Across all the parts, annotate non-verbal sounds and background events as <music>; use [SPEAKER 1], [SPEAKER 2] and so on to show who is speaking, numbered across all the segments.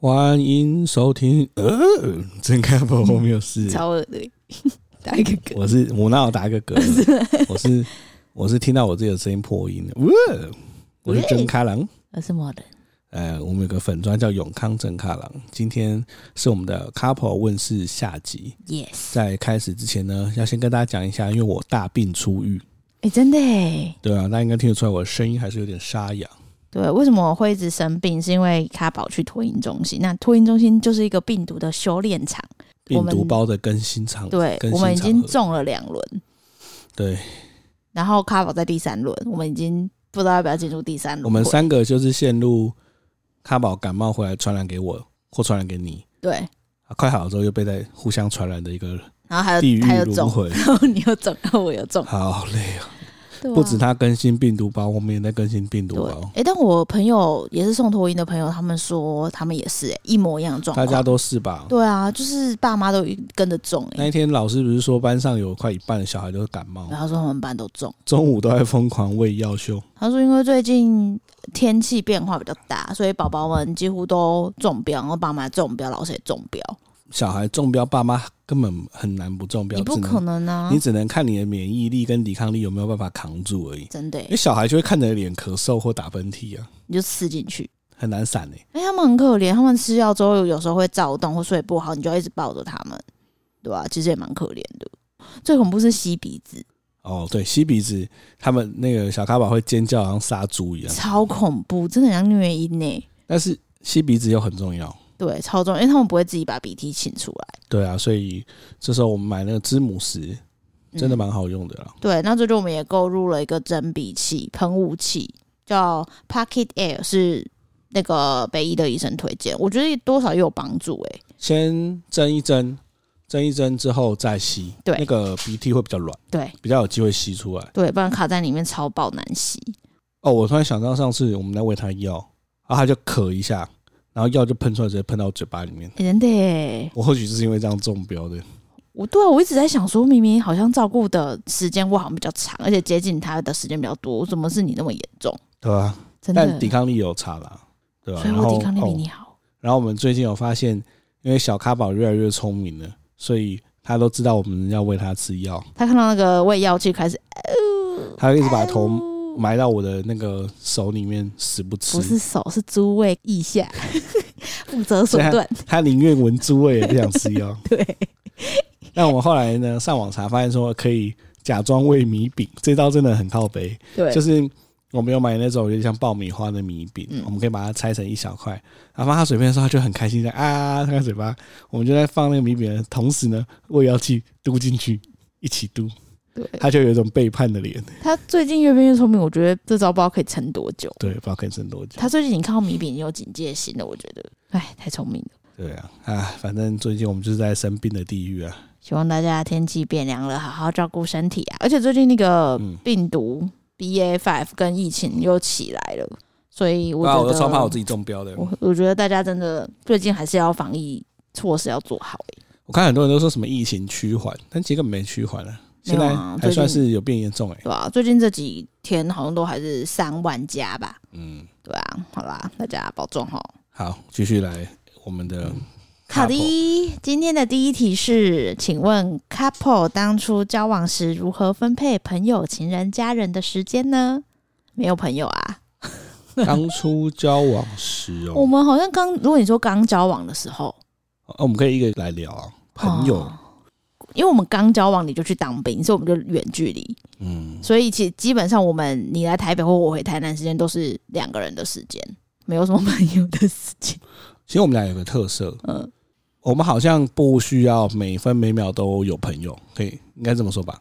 [SPEAKER 1] 欢迎收听。呃，真看不后面有事。
[SPEAKER 2] 超恶的， <laughs> 打一个嗝。
[SPEAKER 1] 我是我哪有打个嗝？啊
[SPEAKER 2] <laughs>
[SPEAKER 1] 我是我是听到我自己的声音破音的。呃我是真开朗。
[SPEAKER 2] 我是我的，
[SPEAKER 1] 呃，我们有个粉砖叫永康真开朗。今天是我们的 couple 问世下集。
[SPEAKER 2] Yes，
[SPEAKER 1] 在开始之前呢，要先跟大家讲一下，因为我大病初愈，
[SPEAKER 2] 哎、真的哎，
[SPEAKER 1] 对啊，大家应该听得出来，我的声音还是有点沙哑。
[SPEAKER 2] 对，为什么我会一直生病？是因为卡宝去托婴中心，那托婴中心就是一个病毒的修炼场，我
[SPEAKER 1] 病
[SPEAKER 2] 们
[SPEAKER 1] 毒包的更新场，
[SPEAKER 2] 对
[SPEAKER 1] 更
[SPEAKER 2] 我们
[SPEAKER 1] 新场
[SPEAKER 2] 已经
[SPEAKER 1] 合，
[SPEAKER 2] 中了两轮，
[SPEAKER 1] 对
[SPEAKER 2] 然后卡宝在第三轮，我们已经不知道要不要进入第三轮。
[SPEAKER 1] 我们三个就是陷入卡宝感冒回来传染给我，或传染给你，
[SPEAKER 2] 对，
[SPEAKER 1] 啊、快好了之后又被在互相传染的一个
[SPEAKER 2] 然后还有
[SPEAKER 1] 地狱
[SPEAKER 2] 还有
[SPEAKER 1] 轮
[SPEAKER 2] 中，
[SPEAKER 1] 回，
[SPEAKER 2] 然后你又中，然后我又中，
[SPEAKER 1] 好累啊！
[SPEAKER 2] 对啊
[SPEAKER 1] 不止他啊更新病毒包，我们也在更新病毒
[SPEAKER 2] 对，
[SPEAKER 1] 包
[SPEAKER 2] 哎、，但我朋友也是送托婴的朋友，他们说他们也是、哎，一模一样的状
[SPEAKER 1] 大
[SPEAKER 2] 况。
[SPEAKER 1] 家都是吧？
[SPEAKER 2] 对啊，就是爸妈都跟着中、
[SPEAKER 1] 那
[SPEAKER 2] 哎，
[SPEAKER 1] 一天老师不是说班上有快一半的小孩都是感冒，
[SPEAKER 2] 然后说他们班都中。
[SPEAKER 1] 中午都在疯狂喂药秀，
[SPEAKER 2] 他说，因为最近天气变化比较大，所以宝宝们几乎都中标，然后爸妈中标，老师也中标。
[SPEAKER 1] 小孩中标，爸妈根本很难不中标，
[SPEAKER 2] 你不
[SPEAKER 1] 只能
[SPEAKER 2] 可能啊
[SPEAKER 1] 你，只能看你的免疫力跟抵抗力有没有办法扛住而已。
[SPEAKER 2] 真的耶、欸
[SPEAKER 1] 因为小孩就会看着脸咳嗽或打喷嚏啊，
[SPEAKER 2] 你就吃进去。
[SPEAKER 1] 很难闪哎、
[SPEAKER 2] 哎、他们很可怜，他们吃药之后有时候会躁动或睡不好，你就要一直抱着他们，对吧、其实也蛮可怜的。最恐怖是吸鼻子，
[SPEAKER 1] 哦，对，吸鼻子，他们那个小咖宝会尖叫，好像杀猪一样。
[SPEAKER 2] 超恐怖，真的很像虐婴呢、
[SPEAKER 1] 但是吸鼻子又很重要，
[SPEAKER 2] 对，超重要，因为他们不会自己把鼻涕擤出来。
[SPEAKER 1] 对啊，所以这时候我们买那个知母石，真的
[SPEAKER 2] 嗯
[SPEAKER 1] 蛮好用的啦。
[SPEAKER 2] 对，那最近我们也购入了一个蒸鼻器、喷雾器，叫 Pocket Air，是那个北医的医生推荐，我觉得多少也有帮助欸诶、
[SPEAKER 1] 先蒸一蒸，蒸一蒸之后再吸，
[SPEAKER 2] 对
[SPEAKER 1] 那个鼻涕会比较软，
[SPEAKER 2] 对
[SPEAKER 1] 比较有机会吸出来。
[SPEAKER 2] 对，不然卡在里面超爆难吸。
[SPEAKER 1] 哦，我突然想到上次我们在喂它药，然后它就咳一下，然后药就喷出来，直接喷到嘴巴里面。
[SPEAKER 2] 诶欸真的耶，
[SPEAKER 1] 我或许就是因为这样中标的，
[SPEAKER 2] 我对啊，我一直在想说，明明好像照顾的时间我好像比较长，而且接近他的时间比较多，怎么是你那么严重？
[SPEAKER 1] 对吧、
[SPEAKER 2] 真的
[SPEAKER 1] 但，抵抗力有差啦，对吧、
[SPEAKER 2] 所以
[SPEAKER 1] 然
[SPEAKER 2] 我
[SPEAKER 1] 后
[SPEAKER 2] 抵抗力比
[SPEAKER 1] 哦
[SPEAKER 2] 你好。
[SPEAKER 1] 然后我们最近有发现，因为小咖宝越来越聪明了，所以他都知道我们要喂它吃药，
[SPEAKER 2] 他看到那个喂药器开始，呃
[SPEAKER 1] 他一直把头
[SPEAKER 2] 哦
[SPEAKER 1] 埋到我的那个手里面，死不吃
[SPEAKER 2] 不。是手，是诸位意下， <laughs> 不择手段。
[SPEAKER 1] 他宁愿闻猪味也不想吃药。
[SPEAKER 2] <laughs> 对，
[SPEAKER 1] 但我们后来呢，上网查发现说可以假装喂米饼，这招真的很靠北。
[SPEAKER 2] 对
[SPEAKER 1] 就是我们有买那种有点像爆米花的米饼，
[SPEAKER 2] 嗯
[SPEAKER 1] 我们可以把它拆成一小块，然后放他嘴边的时候，他就很开心的啊，他的嘴巴，我们就在放那个米饼的同时呢，胃药剂嘟进去，一起嘟，
[SPEAKER 2] 对
[SPEAKER 1] 他就有一种背叛的脸，
[SPEAKER 2] 他最近越变越聪明，我觉得这招不知道可以撑多久。
[SPEAKER 1] 对，不知道可以撑多久。
[SPEAKER 2] 他最近已经看到米饼已经有警戒心了，我觉得，哎，太聪明了。
[SPEAKER 1] 对啊，啊，反正最近我们就是在生病的地狱啊，
[SPEAKER 2] 希望大家天气变凉了，好好照顾身体啊！而且最近那个
[SPEAKER 1] 嗯
[SPEAKER 2] 病毒、BA five 跟疫情又起来了，所以我
[SPEAKER 1] 啊，
[SPEAKER 2] 觉
[SPEAKER 1] 我
[SPEAKER 2] 得
[SPEAKER 1] 都超怕我自己中标的。
[SPEAKER 2] 我我觉得大家真的最近还是要防疫措施要做好、欸。
[SPEAKER 1] 我看很多人都说什么疫情趋缓，但其实根本没趋缓啊，
[SPEAKER 2] 没
[SPEAKER 1] 现
[SPEAKER 2] 有啊
[SPEAKER 1] 在还算是有变严重哎、
[SPEAKER 2] 对吧、最近这几天好像都还是三万加吧，
[SPEAKER 1] 嗯，
[SPEAKER 2] 对啊，好啦，大家保重哦哈。
[SPEAKER 1] 好，继续来我们的
[SPEAKER 2] 好
[SPEAKER 1] couple
[SPEAKER 2] 的，今天的第一题是，请问 couple 当初交往时如何分配朋友、情人、家人的时间呢？没有朋友啊，
[SPEAKER 1] <laughs> 当初交往时哦、
[SPEAKER 2] <laughs> 我们好像刚，如果你说刚交往的时候，
[SPEAKER 1] 哦，我们可以一个一个来聊啊，朋友，
[SPEAKER 2] 哦因为我们刚交往你就去当兵，所以我们就远距离，
[SPEAKER 1] 嗯，
[SPEAKER 2] 所以其实基本上我们你来台北或我回台南时间都是两个人的时间，没有什么朋友的时间，
[SPEAKER 1] 其实我们俩有个特色，
[SPEAKER 2] 嗯。
[SPEAKER 1] 我们好像不需要每分每秒都有朋友，可以应该这么说吧？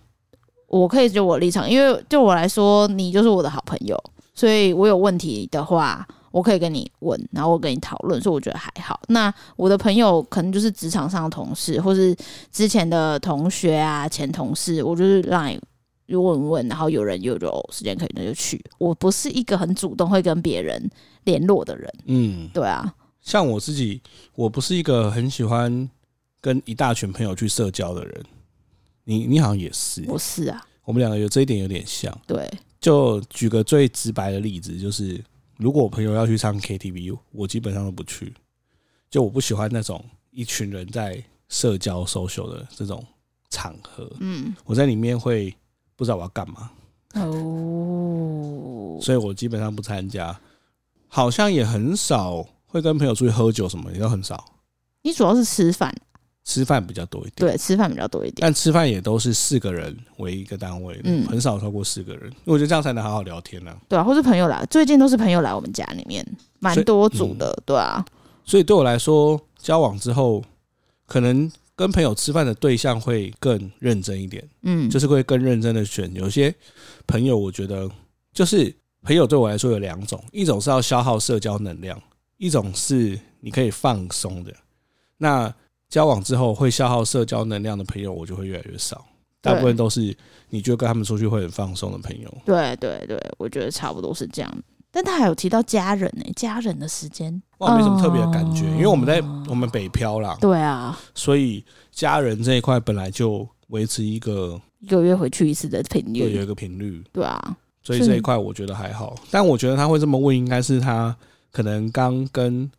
[SPEAKER 2] 我可以就我立场，因为对我来说，你就是我的好朋友，所以我有问题的话，我可以跟你问，然后我跟你讨论，所以我觉得还好。那我的朋友可能就是职场上的同事，或是之前的同学啊、前同事，我就是让你问问，然后有人有有时间可以那就去。我不是一个很主动会跟别人联络的人，
[SPEAKER 1] 嗯，
[SPEAKER 2] 对啊，
[SPEAKER 1] 像我自己，我不是一个很喜欢跟一大群朋友去社交的人，你你好像也是，
[SPEAKER 2] 我是啊，
[SPEAKER 1] 我们两个有这一点有点像。
[SPEAKER 2] 对，
[SPEAKER 1] 就举个最直白的例子，就是如果我朋友要去唱 KTV，我基本上都不去。就我不喜欢那种一群人在社交 social 的这种场合，
[SPEAKER 2] 嗯，
[SPEAKER 1] 我在里面会不知道我要干嘛，
[SPEAKER 2] 哦，
[SPEAKER 1] 所以我基本上不参加，好像也很少会跟朋友出去喝酒什么，也都很少，
[SPEAKER 2] 你主要是吃饭，
[SPEAKER 1] 吃饭比较多一点。
[SPEAKER 2] 对，吃饭比较多一点。
[SPEAKER 1] 但吃饭也都是四个人为一个单位，
[SPEAKER 2] 嗯
[SPEAKER 1] 很少超过四个人。因为我觉得这样才能好好聊天呢、
[SPEAKER 2] 对啊，或是朋友来，最近都是朋友来我们家里面，蛮
[SPEAKER 1] 所以嗯
[SPEAKER 2] 多组的，对啊，
[SPEAKER 1] 所以对我来说，交往之后，可能跟朋友吃饭的对象会更认真一点，
[SPEAKER 2] 嗯，
[SPEAKER 1] 就是是会更认真的选。有些朋友，我觉得就是朋友对我来说有两种，一种是要消耗社交能量，一种是你可以放松的。那交往之后会消耗社交能量的朋友，我就会越来越少。大部分都是你就跟他们出去会很放松的朋友。
[SPEAKER 2] 对对对，我觉得差不多是这样。但他还有提到家人呢、家人的时间，
[SPEAKER 1] 哇，没什么特别的感觉，
[SPEAKER 2] 哦
[SPEAKER 1] 因为我们在我们北漂啦，
[SPEAKER 2] 对啊，
[SPEAKER 1] 所以家人这一块本来就维持一个
[SPEAKER 2] 一个月回去一次的频
[SPEAKER 1] 对有
[SPEAKER 2] 率，
[SPEAKER 1] 一个频率，
[SPEAKER 2] 对啊，
[SPEAKER 1] 所以
[SPEAKER 2] 是
[SPEAKER 1] 这一块我觉得还好。但我觉得他会这么问，应该是他可能刚跟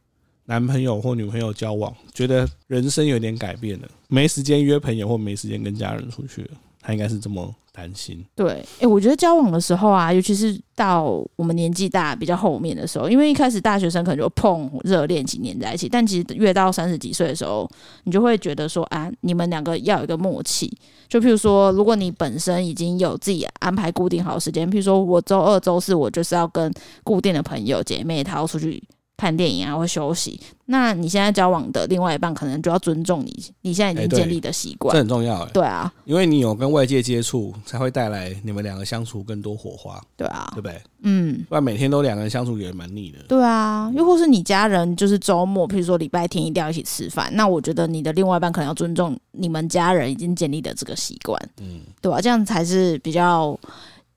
[SPEAKER 1] 男朋友或女朋友交往，觉得人生有点改变了，没时间约朋友或没时间跟家人出去了，他应该是这么担心。
[SPEAKER 2] 对，哎、我觉得交往的时候啊，尤其是到我们年纪大比较后面的时候，因为一开始大学生可能就碰热恋几年在一起，但其实越到三十几岁的时候，你就会觉得说啊，你们两个要有一个默契。就譬如说，如果你本身已经有自己安排固定好时间，譬如说我周二、周四我就是要跟固定的朋友姐妹她要出去看电影啊或休息，那你现在交往的另外一半可能就要尊重你，你现在已
[SPEAKER 1] 哎
[SPEAKER 2] 经
[SPEAKER 1] 对
[SPEAKER 2] 建立的习
[SPEAKER 1] 这
[SPEAKER 2] 惯。
[SPEAKER 1] 很重要、欸，
[SPEAKER 2] 对啊，
[SPEAKER 1] 因为你有跟外界接触，才会带来你们两个相处更多火花，
[SPEAKER 2] 对啊
[SPEAKER 1] 对，不对？
[SPEAKER 2] 嗯。
[SPEAKER 1] 不然每天都两个人相处也蛮腻的。
[SPEAKER 2] 对啊，又或是你家人就是周末，譬如说礼拜天一定要一起吃饭，那我觉得你的另外一半可能要尊重你们家人已经建立的这个习惯，
[SPEAKER 1] 嗯，
[SPEAKER 2] 对吧、这样才是比较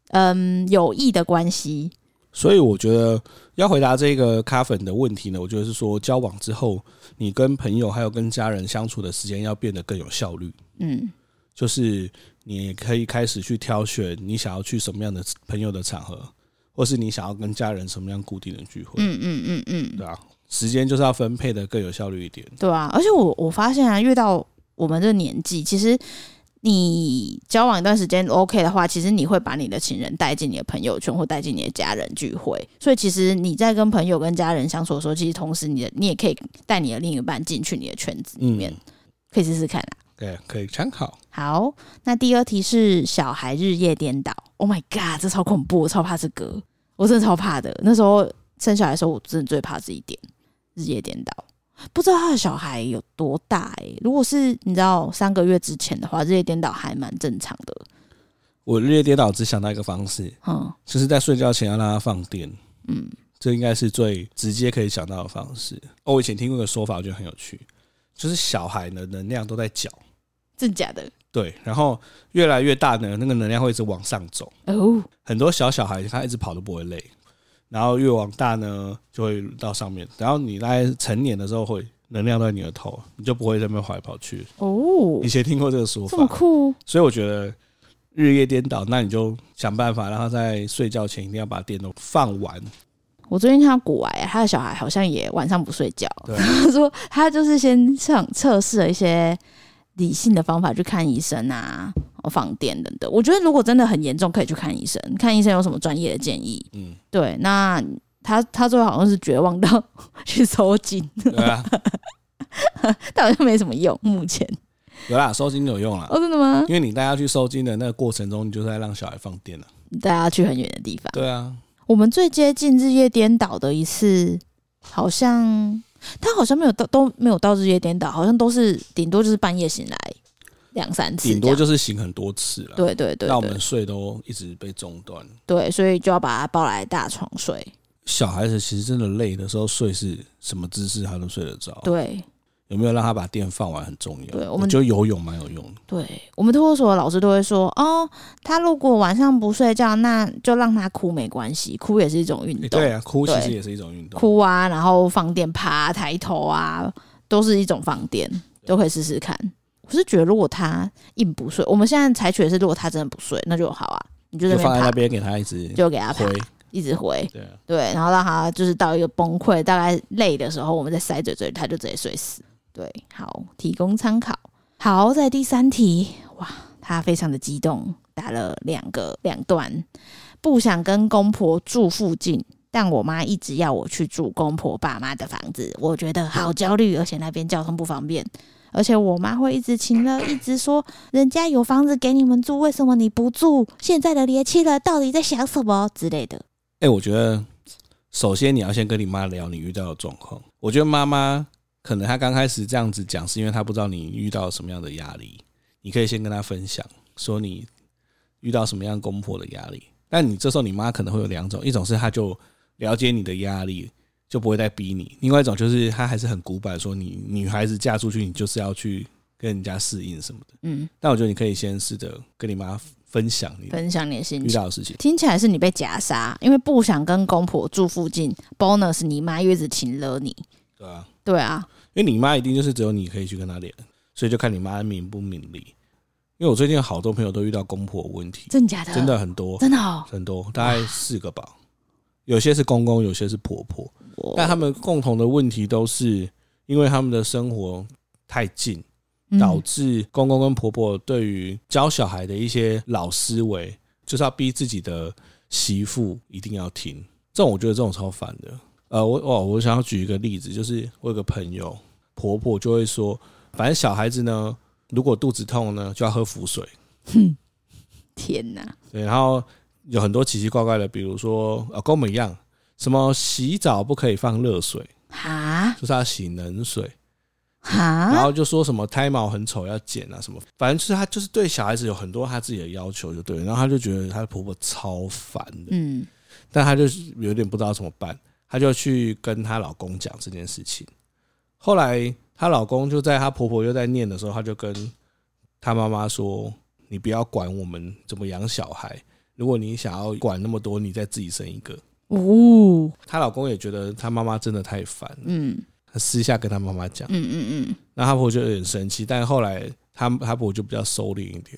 [SPEAKER 2] 嗯有益的关系。
[SPEAKER 1] 所以我觉得要回答这个咖粉的问题呢，我觉得是说交往之后，你跟朋友还有跟家人相处的时间要变得更有效率，
[SPEAKER 2] 嗯，
[SPEAKER 1] 就是你可以开始去挑选你想要去什么样的朋友的场合，或是你想要跟家人什么样固定的聚会，
[SPEAKER 2] 嗯嗯嗯嗯，
[SPEAKER 1] 对啊，时间就是要分配的更有效率一点。
[SPEAKER 2] 对啊。而且我我发现啊，越到我们这个年纪，其实你交往一段时间 OK 的话，其实你会把你的情人带进你的朋友圈，或带进你的家人聚会。所以其实你在跟朋友、跟家人相处的时候，其实同时你的你也可以带你的另一半进去你的圈子里
[SPEAKER 1] 嗯，
[SPEAKER 2] 面，可以试试看啊。
[SPEAKER 1] 对，可以参考。
[SPEAKER 2] 好，那第二题是小孩日夜颠倒。Oh my god，这超恐怖，我超怕这个，我真的超怕的。那时候生小孩的时候，我真的最怕这一点，日夜颠倒。不知道他的小孩有多大诶、如果是你知道三个月之前的话，日夜颠倒还蛮正常的。
[SPEAKER 1] 我日夜颠倒只想到一个方式，
[SPEAKER 2] 嗯
[SPEAKER 1] 就是在睡觉前要让它放电，
[SPEAKER 2] 嗯，
[SPEAKER 1] 这应该是最直接可以想到的方式。哦，我以前听过一个说法，我觉得很有趣，就是小孩的能量都在脚，
[SPEAKER 2] 真假的
[SPEAKER 1] 对，然后越来越大呢，那个能量会一直往上走。
[SPEAKER 2] 哦，
[SPEAKER 1] 很多小小孩他一直跑都不会累，然后越往大呢就会到上面，然后你大概成年的时候会能量都在你的头，你就不会在那边跑来跑去。
[SPEAKER 2] 哦
[SPEAKER 1] 以，前听过这个说
[SPEAKER 2] 这么
[SPEAKER 1] 法，
[SPEAKER 2] 酷，
[SPEAKER 1] 所以我觉得。日夜颠倒，那你就想办法让他在睡觉前一定要把电都放完。
[SPEAKER 2] 我最近看到古玩，他的小孩好像也晚上不睡觉。
[SPEAKER 1] 对
[SPEAKER 2] 他说他就是先测测试了一些理性的方法去看医生啊，哦放电等等。我觉得如果真的很严重，可以去看医生，看医生有什么专业的建议。
[SPEAKER 1] 嗯，
[SPEAKER 2] 对，那他他最后好像是绝望到 <laughs> 去收紧，
[SPEAKER 1] 对啊，
[SPEAKER 2] <laughs> 但好像没什么用。目前
[SPEAKER 1] 有啦，收金有用啦。
[SPEAKER 2] 哦，真的吗？ <laughs>
[SPEAKER 1] 因为你带他去收金的那个过程中，你就是在让小孩放电了。
[SPEAKER 2] 带他去很远的地方。
[SPEAKER 1] 对啊，
[SPEAKER 2] 我们最接近日夜颠倒的一次，好像他好像没有到都没有到日夜颠倒，好像都是顶多就是半夜醒来两三次这
[SPEAKER 1] <laughs> 顶多
[SPEAKER 2] 样，
[SPEAKER 1] 就是醒很多次了。
[SPEAKER 2] 对对对
[SPEAKER 1] 那我
[SPEAKER 2] 对
[SPEAKER 1] 们睡都一直被中断。
[SPEAKER 2] 对，所以就要把他抱来大床睡。
[SPEAKER 1] 小孩子其实真的累的时候睡是什么姿势他都睡得着。
[SPEAKER 2] 对
[SPEAKER 1] 有没有让他把电放完很重要。
[SPEAKER 2] 对我们
[SPEAKER 1] 觉得游泳蛮有用的。
[SPEAKER 2] 对，我们托儿所的老师都会说，哦，他如果晚上不睡觉，那就让他哭没关系，哭也是一种运
[SPEAKER 1] 诶
[SPEAKER 2] 动，
[SPEAKER 1] 对啊，哭其实
[SPEAKER 2] 对
[SPEAKER 1] 也是一种运动。
[SPEAKER 2] 哭啊，然后放电趴、抬头啊，都是一种放电，都可以试试看。我是觉得，如果他硬不睡，我们现在采取的是，如果他真的不睡，那就好啊，你就
[SPEAKER 1] 就
[SPEAKER 2] 在
[SPEAKER 1] 放在
[SPEAKER 2] 边
[SPEAKER 1] 那
[SPEAKER 2] 爬，
[SPEAKER 1] 边给他一直
[SPEAKER 2] 就给他爬
[SPEAKER 1] 挥，，
[SPEAKER 2] 一直回，
[SPEAKER 1] 对啊，
[SPEAKER 2] 对，然后让他就是到一个崩溃，大概累的时候，我们再塞嘴嘴，他就直接睡死。对，好，提供参考。好，在第三题，哇，他非常的激动，打了两个两段，不想跟公婆住附近。但我妈一直要我去住公婆爸妈的房子，我觉得好焦虑，而且那边交通不方便，而且我妈会一直情了，一直说人家有房子给你们住，为什么你不住？现在的年轻人到底在想什么之类的？
[SPEAKER 1] 哎、我觉得首先你要先跟你妈聊你遇到的状况。我觉得妈妈可能她刚开始这样子讲，是因为她不知道你遇到什么样的压力。你可以先跟她分享，说你遇到什么样公婆的压力。但你这时候你妈可能会有两种，一种是她就了解你的压力，就不会再逼你；另外一种就是她还是很古板，说你女孩子嫁出去，你就是要去跟人家适应什么的。
[SPEAKER 2] 嗯，
[SPEAKER 1] 但我觉得你可以先试着跟你妈分享你
[SPEAKER 2] 分享你的心
[SPEAKER 1] 遇
[SPEAKER 2] 情。
[SPEAKER 1] 到的事情。
[SPEAKER 2] 听起来是你被夹杀，因为不想跟公婆住附近。bonus，你妈又一直请了你。
[SPEAKER 1] 对啊，
[SPEAKER 2] 对啊，
[SPEAKER 1] 因为你妈一定就是只有你可以去跟她连，所以就看你妈明不明理。因为我最近有好多朋友都遇到公婆问题，
[SPEAKER 2] 真假的？
[SPEAKER 1] 真的很多
[SPEAKER 2] 真的哦。
[SPEAKER 1] 很多，大概四个吧。有些是公公，有些是婆婆，但他们共同的问题都是因为他们的生活太近，
[SPEAKER 2] 嗯
[SPEAKER 1] 导致公公跟婆婆对于教小孩的一些老思维，就是要逼自己的媳妇一定要听。这种我觉得这种超烦的。呃，我哦，我想要举一个例子，就是我有个朋友，婆婆就会说，反正小孩子呢，如果肚子痛呢，就要喝符水。
[SPEAKER 2] 天哪，
[SPEAKER 1] 对，然后有很多奇奇怪怪的，比如说呃，跟我们一样，什么洗澡不可以放热水，
[SPEAKER 2] 哈
[SPEAKER 1] 就是要洗冷水。然
[SPEAKER 2] 哈，
[SPEAKER 1] 后就说什么胎毛很丑要剪啊什么，反正就是她就是对小孩子有很多她自己的要求，就对了。然后她就觉得她的婆婆超烦的，
[SPEAKER 2] 嗯，
[SPEAKER 1] 但她就是有点不知道怎么办，她就去跟她老公讲这件事情。后来她老公就在她婆婆又在念的时候，她就跟她妈妈说：“你不要管我们怎么养小孩，如果你想要管那么多，你再自己生一个。
[SPEAKER 2] 呜、”
[SPEAKER 1] 她老公也觉得她妈妈真的太烦了，
[SPEAKER 2] 嗯
[SPEAKER 1] 她私下跟她妈妈讲。
[SPEAKER 2] 嗯嗯嗯，
[SPEAKER 1] 那他婆婆就有点生气，但后来他他婆婆就比较收敛一点。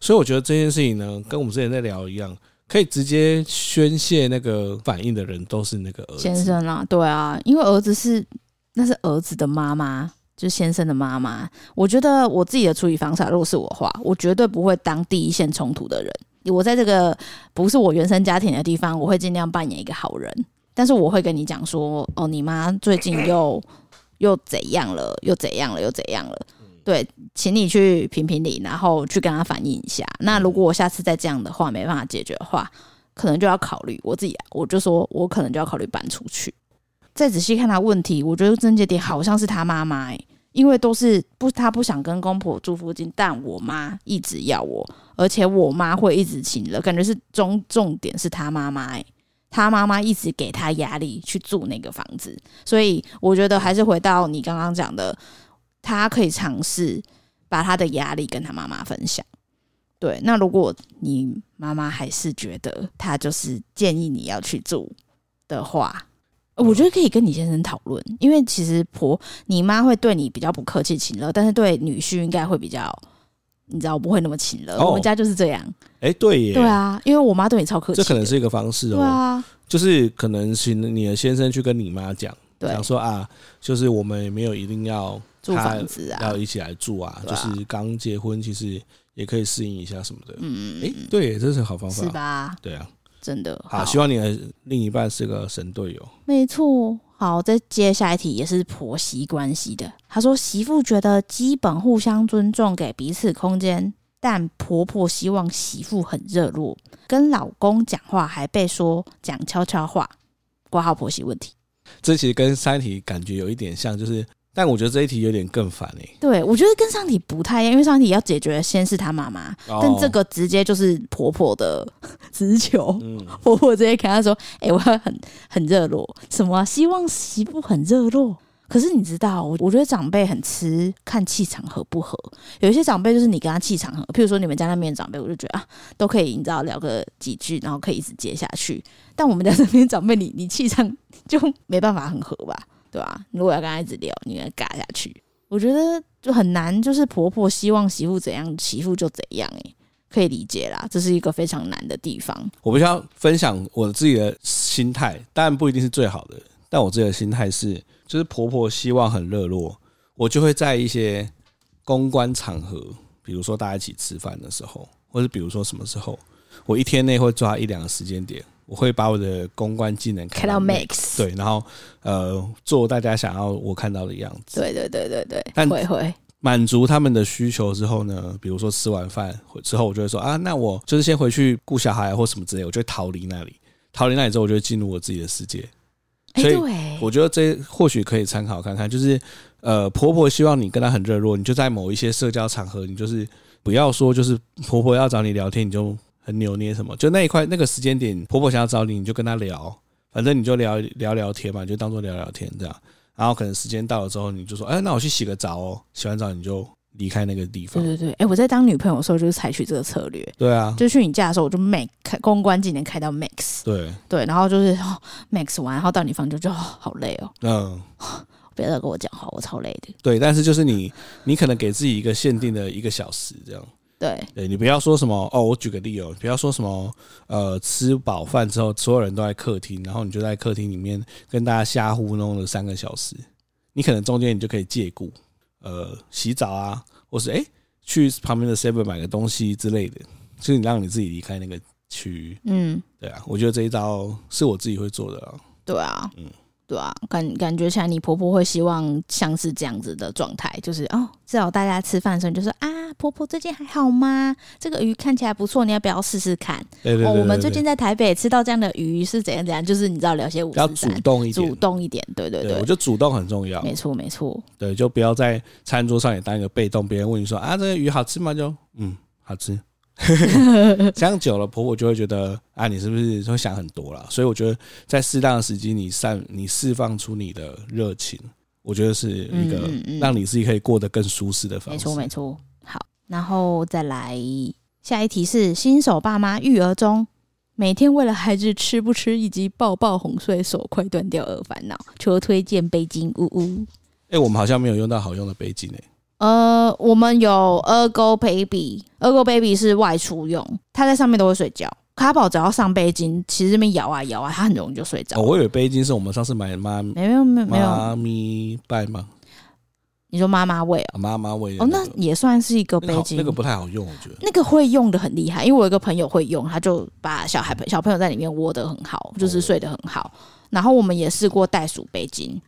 [SPEAKER 1] 所以我觉得这件事情呢，跟我们之前在聊一样，可以直接宣泄那个反应的人都是那个儿子
[SPEAKER 2] 先，生啦，对啊，因为儿子是那是儿子的妈妈。就是先生的妈妈，我觉得我自己的处理方式啊，如果是我的话，我绝对不会当第一线冲突的人。我在这个不是我原生家庭的地方，我会尽量扮演一个好人，但是我会跟你讲说，哦，你妈最近又又怎样了，又怎样了，又怎样了。
[SPEAKER 1] 嗯
[SPEAKER 2] 对，请你去评评理，然后去跟她反映一下。那如果我下次再这样的话，没办法解决的话，可能就要考虑我自己，我就说我可能就要考虑搬出去。再仔细看他问题，我觉得症结点好像是他妈妈、欸，因为都是不他不想跟公婆住附近，但我妈一直要我，而且我妈会一直请了，感觉是重重点是他妈妈、欸，他妈妈一直给他压力去住那个房子，所以我觉得还是回到你刚刚讲的，他可以尝试把他的压力跟他妈妈分享。对，那如果你妈妈还是觉得她就是建议你要去住的话，呃我觉得可以跟你先生讨论，因为其实婆你妈会对你比较不客气勤了，但是对女婿应该会比较，你知道不会那么勤了。
[SPEAKER 1] 哦
[SPEAKER 2] 我们家就是这样，
[SPEAKER 1] 哎、对耶，
[SPEAKER 2] 对啊，因为我妈对你超客气
[SPEAKER 1] 这
[SPEAKER 2] 的，
[SPEAKER 1] 可能是一个方式哦、
[SPEAKER 2] 对啊，
[SPEAKER 1] 就是可能请你的先生去跟你妈讲，
[SPEAKER 2] 对
[SPEAKER 1] 讲，说啊，就是我们也没有一定要
[SPEAKER 2] 住
[SPEAKER 1] 他
[SPEAKER 2] 房子啊
[SPEAKER 1] 要，一起来住啊，
[SPEAKER 2] 对
[SPEAKER 1] 就
[SPEAKER 2] 啊
[SPEAKER 1] 是刚结婚，其实也可以适应一下什么的。
[SPEAKER 2] 嗯，
[SPEAKER 1] 哎、对耶，这是好方法，
[SPEAKER 2] 是？吧？
[SPEAKER 1] 对啊，
[SPEAKER 2] 真的
[SPEAKER 1] 好，希望你的另一半是个神队友。
[SPEAKER 2] 没错。好，再接下一题也是婆媳关系的。她说，媳妇觉得基本互相尊重，给彼此空间，但婆婆希望媳妇很热络，跟老公讲话还被说讲悄悄话，挂号婆媳问题。
[SPEAKER 1] 这其实跟三题感觉有一点像，就是，但我觉得这一题有点更烦哎、
[SPEAKER 2] 对我觉得跟上题不太一样，因为上题要解决的先是她妈妈，
[SPEAKER 1] 哦
[SPEAKER 2] 但这，个直接就是婆婆的 <laughs> 直球。
[SPEAKER 1] 嗯，
[SPEAKER 2] 婆婆直接跟他说：“哎、我要很很热络，什么啊希望媳妇很热络。”可是你知道，我我觉得长辈很吃看气场合不合。有一些长辈就是你跟他气场合，譬如说你们家那边的长辈，我就觉得啊，都可以，你知道聊个几句，然后可以一直接下去。但我们家这边长辈，你你气场就没办法很合吧，对吧、如果要跟他一直聊，你要尬下去，我觉得就很难。就是婆婆希望媳妇怎样，媳妇就怎样、欸，可以理解啦，这是一个非常难的地方。
[SPEAKER 1] 我必须要分享我自己的心态，当然不一定是最好的，但我自己的心态是，就是婆婆希望很热络，我就会在一些公关场合，比如说大家一起吃饭的时候，或是比如说什么时候，我一天内会抓一两个时间点，我会把我的公关技能
[SPEAKER 2] 开到
[SPEAKER 1] max，
[SPEAKER 2] max，
[SPEAKER 1] 对，然后呃做大家想要我看到的样子，
[SPEAKER 2] 对对对对对，
[SPEAKER 1] 但
[SPEAKER 2] 会会
[SPEAKER 1] 满足他们的需求之后呢，比如说吃完饭回之后，我就会说啊，那我就是先回去顾小孩啊或什么之类，我就会逃离那里。逃离那里之后，我就会进入我自己的世界。
[SPEAKER 2] 哎、
[SPEAKER 1] 所以
[SPEAKER 2] 对，
[SPEAKER 1] 我觉得这或许可以参考看看，就是呃，婆婆希望你跟她很热络，你就在某一些社交场合，你就是不要说就是婆婆要找你聊天，你就很扭捏什么，就那一块那个时间点，婆婆想要找你，你就跟她聊，反正你就聊聊聊天嘛，你就当做聊聊天这样。然后可能时间到了之后，你就说，哎、那我去洗个澡哦，洗完澡你就离开那个地
[SPEAKER 2] 对
[SPEAKER 1] 方。
[SPEAKER 2] 对对，哎、我在当女朋友的时候就是采取这个策略，
[SPEAKER 1] 对啊，
[SPEAKER 2] 就去你家的时候我就 max 开公关技能开到 max，
[SPEAKER 1] 对，
[SPEAKER 2] 对，然后就是、哦 max 完，然后到你房间就、哦、好累哦，
[SPEAKER 1] 嗯，
[SPEAKER 2] 不要再跟我讲话，我超累的。
[SPEAKER 1] 对。但是就是你，你可能给自己一个限定的一个小时这样。
[SPEAKER 2] 对，
[SPEAKER 1] 对哎你不要说什么哦，我举个例哦，不要说什么呃，吃饱饭之后所有人都在客厅，然后你就在客厅里面跟大家瞎糊弄了三个小时，你可能中间你就可以借故呃洗澡啊，或是诶去旁边的 seven 买个东西之类的，就是你让你自己离开那个区域。
[SPEAKER 2] 嗯，
[SPEAKER 1] 对啊，我觉得这一招是我自己会做的啊。
[SPEAKER 2] 对啊，
[SPEAKER 1] 嗯
[SPEAKER 2] 对啊，感感觉起来你婆婆会希望像是这样子的状态，就是哦，至少大家吃饭的时候你就说啊，婆婆最近还好吗？这个鱼看起来不错，你要不要试试看？
[SPEAKER 1] 对对对
[SPEAKER 2] 哦，我们
[SPEAKER 1] 对
[SPEAKER 2] 最
[SPEAKER 1] 对
[SPEAKER 2] 近在台北吃到这样的鱼是怎样怎样，就是你知道聊些五
[SPEAKER 1] 要
[SPEAKER 2] 四
[SPEAKER 1] 主
[SPEAKER 2] 三，
[SPEAKER 1] 动一点，
[SPEAKER 2] 主动一点，对对
[SPEAKER 1] 对我，
[SPEAKER 2] 对
[SPEAKER 1] 觉得主动很重要。
[SPEAKER 2] 没错没错，
[SPEAKER 1] 对，就不要在餐桌上也当一个被动，别人问你说啊，这个鱼好吃吗？就嗯，好吃。 <laughs> 这样久了，婆婆就会觉得啊，你是不是会想很多了？所以我觉得在适当的时机，你散你释放出你的热情，我觉得是一个
[SPEAKER 2] 嗯嗯嗯
[SPEAKER 1] 让你自己可以过得更舒适的方
[SPEAKER 2] 没
[SPEAKER 1] 式。
[SPEAKER 2] 错没错。好，然后再来下一题是新手爸妈育儿中，每天为了孩子吃不吃以及抱抱哄睡所快断掉而烦恼，求推荐背巾呜呜。
[SPEAKER 1] 哎、我们好像没有用到好用的背欸巾诶、
[SPEAKER 2] 呃，我们有 Ergo Baby，Ergo Baby 是外出用，它在上面都会睡觉。卡宝只要上背巾，其实这边摇啊摇啊，它很容易就睡着
[SPEAKER 1] 哦，。我以为背巾是我们上次买的妈
[SPEAKER 2] 没有嗯没有没有，
[SPEAKER 1] 妈咪拜吗？
[SPEAKER 2] 你说妈妈喂哦，
[SPEAKER 1] 啊妈妈喂的
[SPEAKER 2] 哦，那
[SPEAKER 1] 个
[SPEAKER 2] 也算是一个
[SPEAKER 1] 那
[SPEAKER 2] 背
[SPEAKER 1] 个好
[SPEAKER 2] 巾，
[SPEAKER 1] 那个不太好用，我觉得。
[SPEAKER 2] 那个会用的很厉害，因为我有一个朋友会用，他就把小孩小朋友在里面窝得很
[SPEAKER 1] 哦
[SPEAKER 2] 好，就是睡得很好。然后我们也试过袋鼠背巾，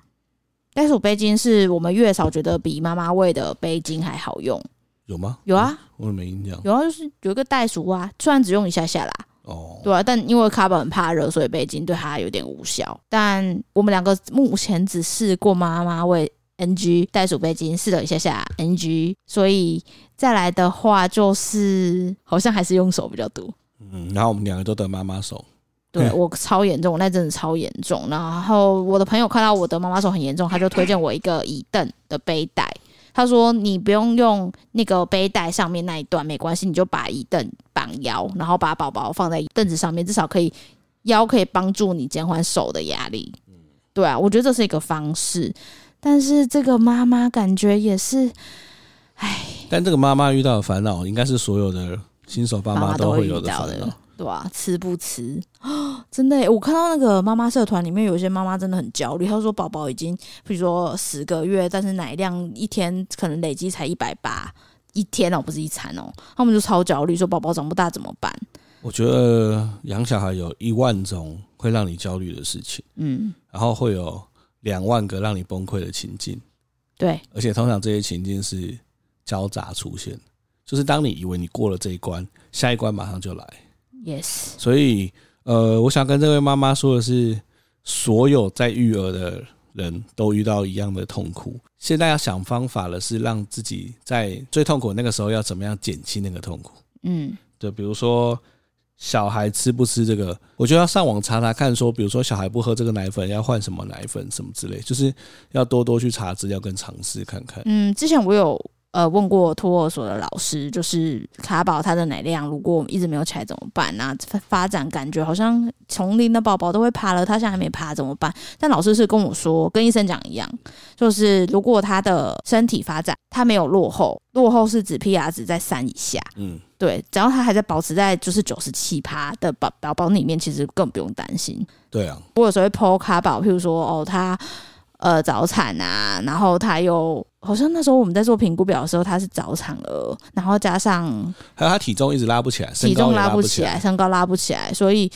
[SPEAKER 2] 袋鼠背巾是我们月嫂觉得比妈妈喂的背巾还好用。
[SPEAKER 1] 有吗？
[SPEAKER 2] 有，啊，
[SPEAKER 1] 我没印象。
[SPEAKER 2] 有啊，就是有一个袋鼠啊，虽然只用一下下啦，
[SPEAKER 1] 哦，
[SPEAKER 2] 对啊，但因为卡本很怕热，所以背巾对他有点无效。但我们两个目前只试过妈妈为 NG 袋鼠背巾试了一下下 NG，所以再来的话就是好像还是用手比较多。
[SPEAKER 1] 嗯，然后我们两个都得妈妈手。
[SPEAKER 2] 对
[SPEAKER 1] 嗯
[SPEAKER 2] 我超严重，我那阵子超严重。然后我的朋友看到我的妈妈手很严重，他就推荐我一个椅凳的背带。他说：“你不用用那个背带上面那一段，没关系，你就把椅凳绑腰，然后把宝宝放在凳子上面，至少可以腰可以帮助你减缓手的压力。”对啊，我觉得这是一个方式。但是这个妈妈感觉也是
[SPEAKER 1] 但这个妈妈遇到的烦恼，应该是所有的新手爸
[SPEAKER 2] 妈
[SPEAKER 1] 妈
[SPEAKER 2] 妈都
[SPEAKER 1] 都会
[SPEAKER 2] 遇
[SPEAKER 1] 有的
[SPEAKER 2] 到
[SPEAKER 1] 烦恼
[SPEAKER 2] 的。，对啊，吃不吃？ <gasps> 真的耶，欸我看到那个妈妈社团里面有一些妈妈真的很焦虑，她说宝宝已经比如说十个月，但是奶量一天可能累积才一百八。一天哦，不是一餐哦，他们就超焦虑，说宝宝长不大怎么办？
[SPEAKER 1] 我觉得养小孩有一万种会让你焦虑的事情，
[SPEAKER 2] 嗯，
[SPEAKER 1] 然后会有两万个让你崩溃的情境，
[SPEAKER 2] 对，
[SPEAKER 1] 而且通常这些情境是交杂出现，就是当你以为你过了这一关，下一关马上就来。
[SPEAKER 2] yes，
[SPEAKER 1] 所以，呃，我想跟这位妈妈说的是，所有在育儿的人都遇到一样的痛苦。现在要想方法的是让自己在最痛苦的那个时候要怎么样减轻那个痛苦。
[SPEAKER 2] 嗯，
[SPEAKER 1] 对，比如说小孩吃不吃这个，我就要上网查查看说比如说小孩不喝这个奶粉，要换什么奶粉什么之类，就是要多多去查资料跟尝试看看。
[SPEAKER 2] 嗯，之前我有呃问过托儿所的老师，就是卡宝他的奶量如果一直没有起来怎么办啊？发发展感觉好像丛林的宝宝都会爬了，他现在还没爬怎么办？但老师是跟我说，跟医生讲一样，就是如果他的身体发展他没有落后，落后是指 PR 值在三以下，
[SPEAKER 1] 嗯，
[SPEAKER 2] 对，只要他还在保持在就是九十七趴的宝宝宝里面，其实更不用担心。
[SPEAKER 1] 对啊，
[SPEAKER 2] 我有时候会 PO 卡宝，譬如说哦，他呃早产啊，然后他又好像那时候我们在做评估表的时候，他是早产儿，然后加上
[SPEAKER 1] 还有他体重一直拉不起来，身
[SPEAKER 2] 体
[SPEAKER 1] 高
[SPEAKER 2] 重
[SPEAKER 1] 也
[SPEAKER 2] 拉
[SPEAKER 1] 拉
[SPEAKER 2] 不
[SPEAKER 1] 起
[SPEAKER 2] 起来，，身高拉不起来，所以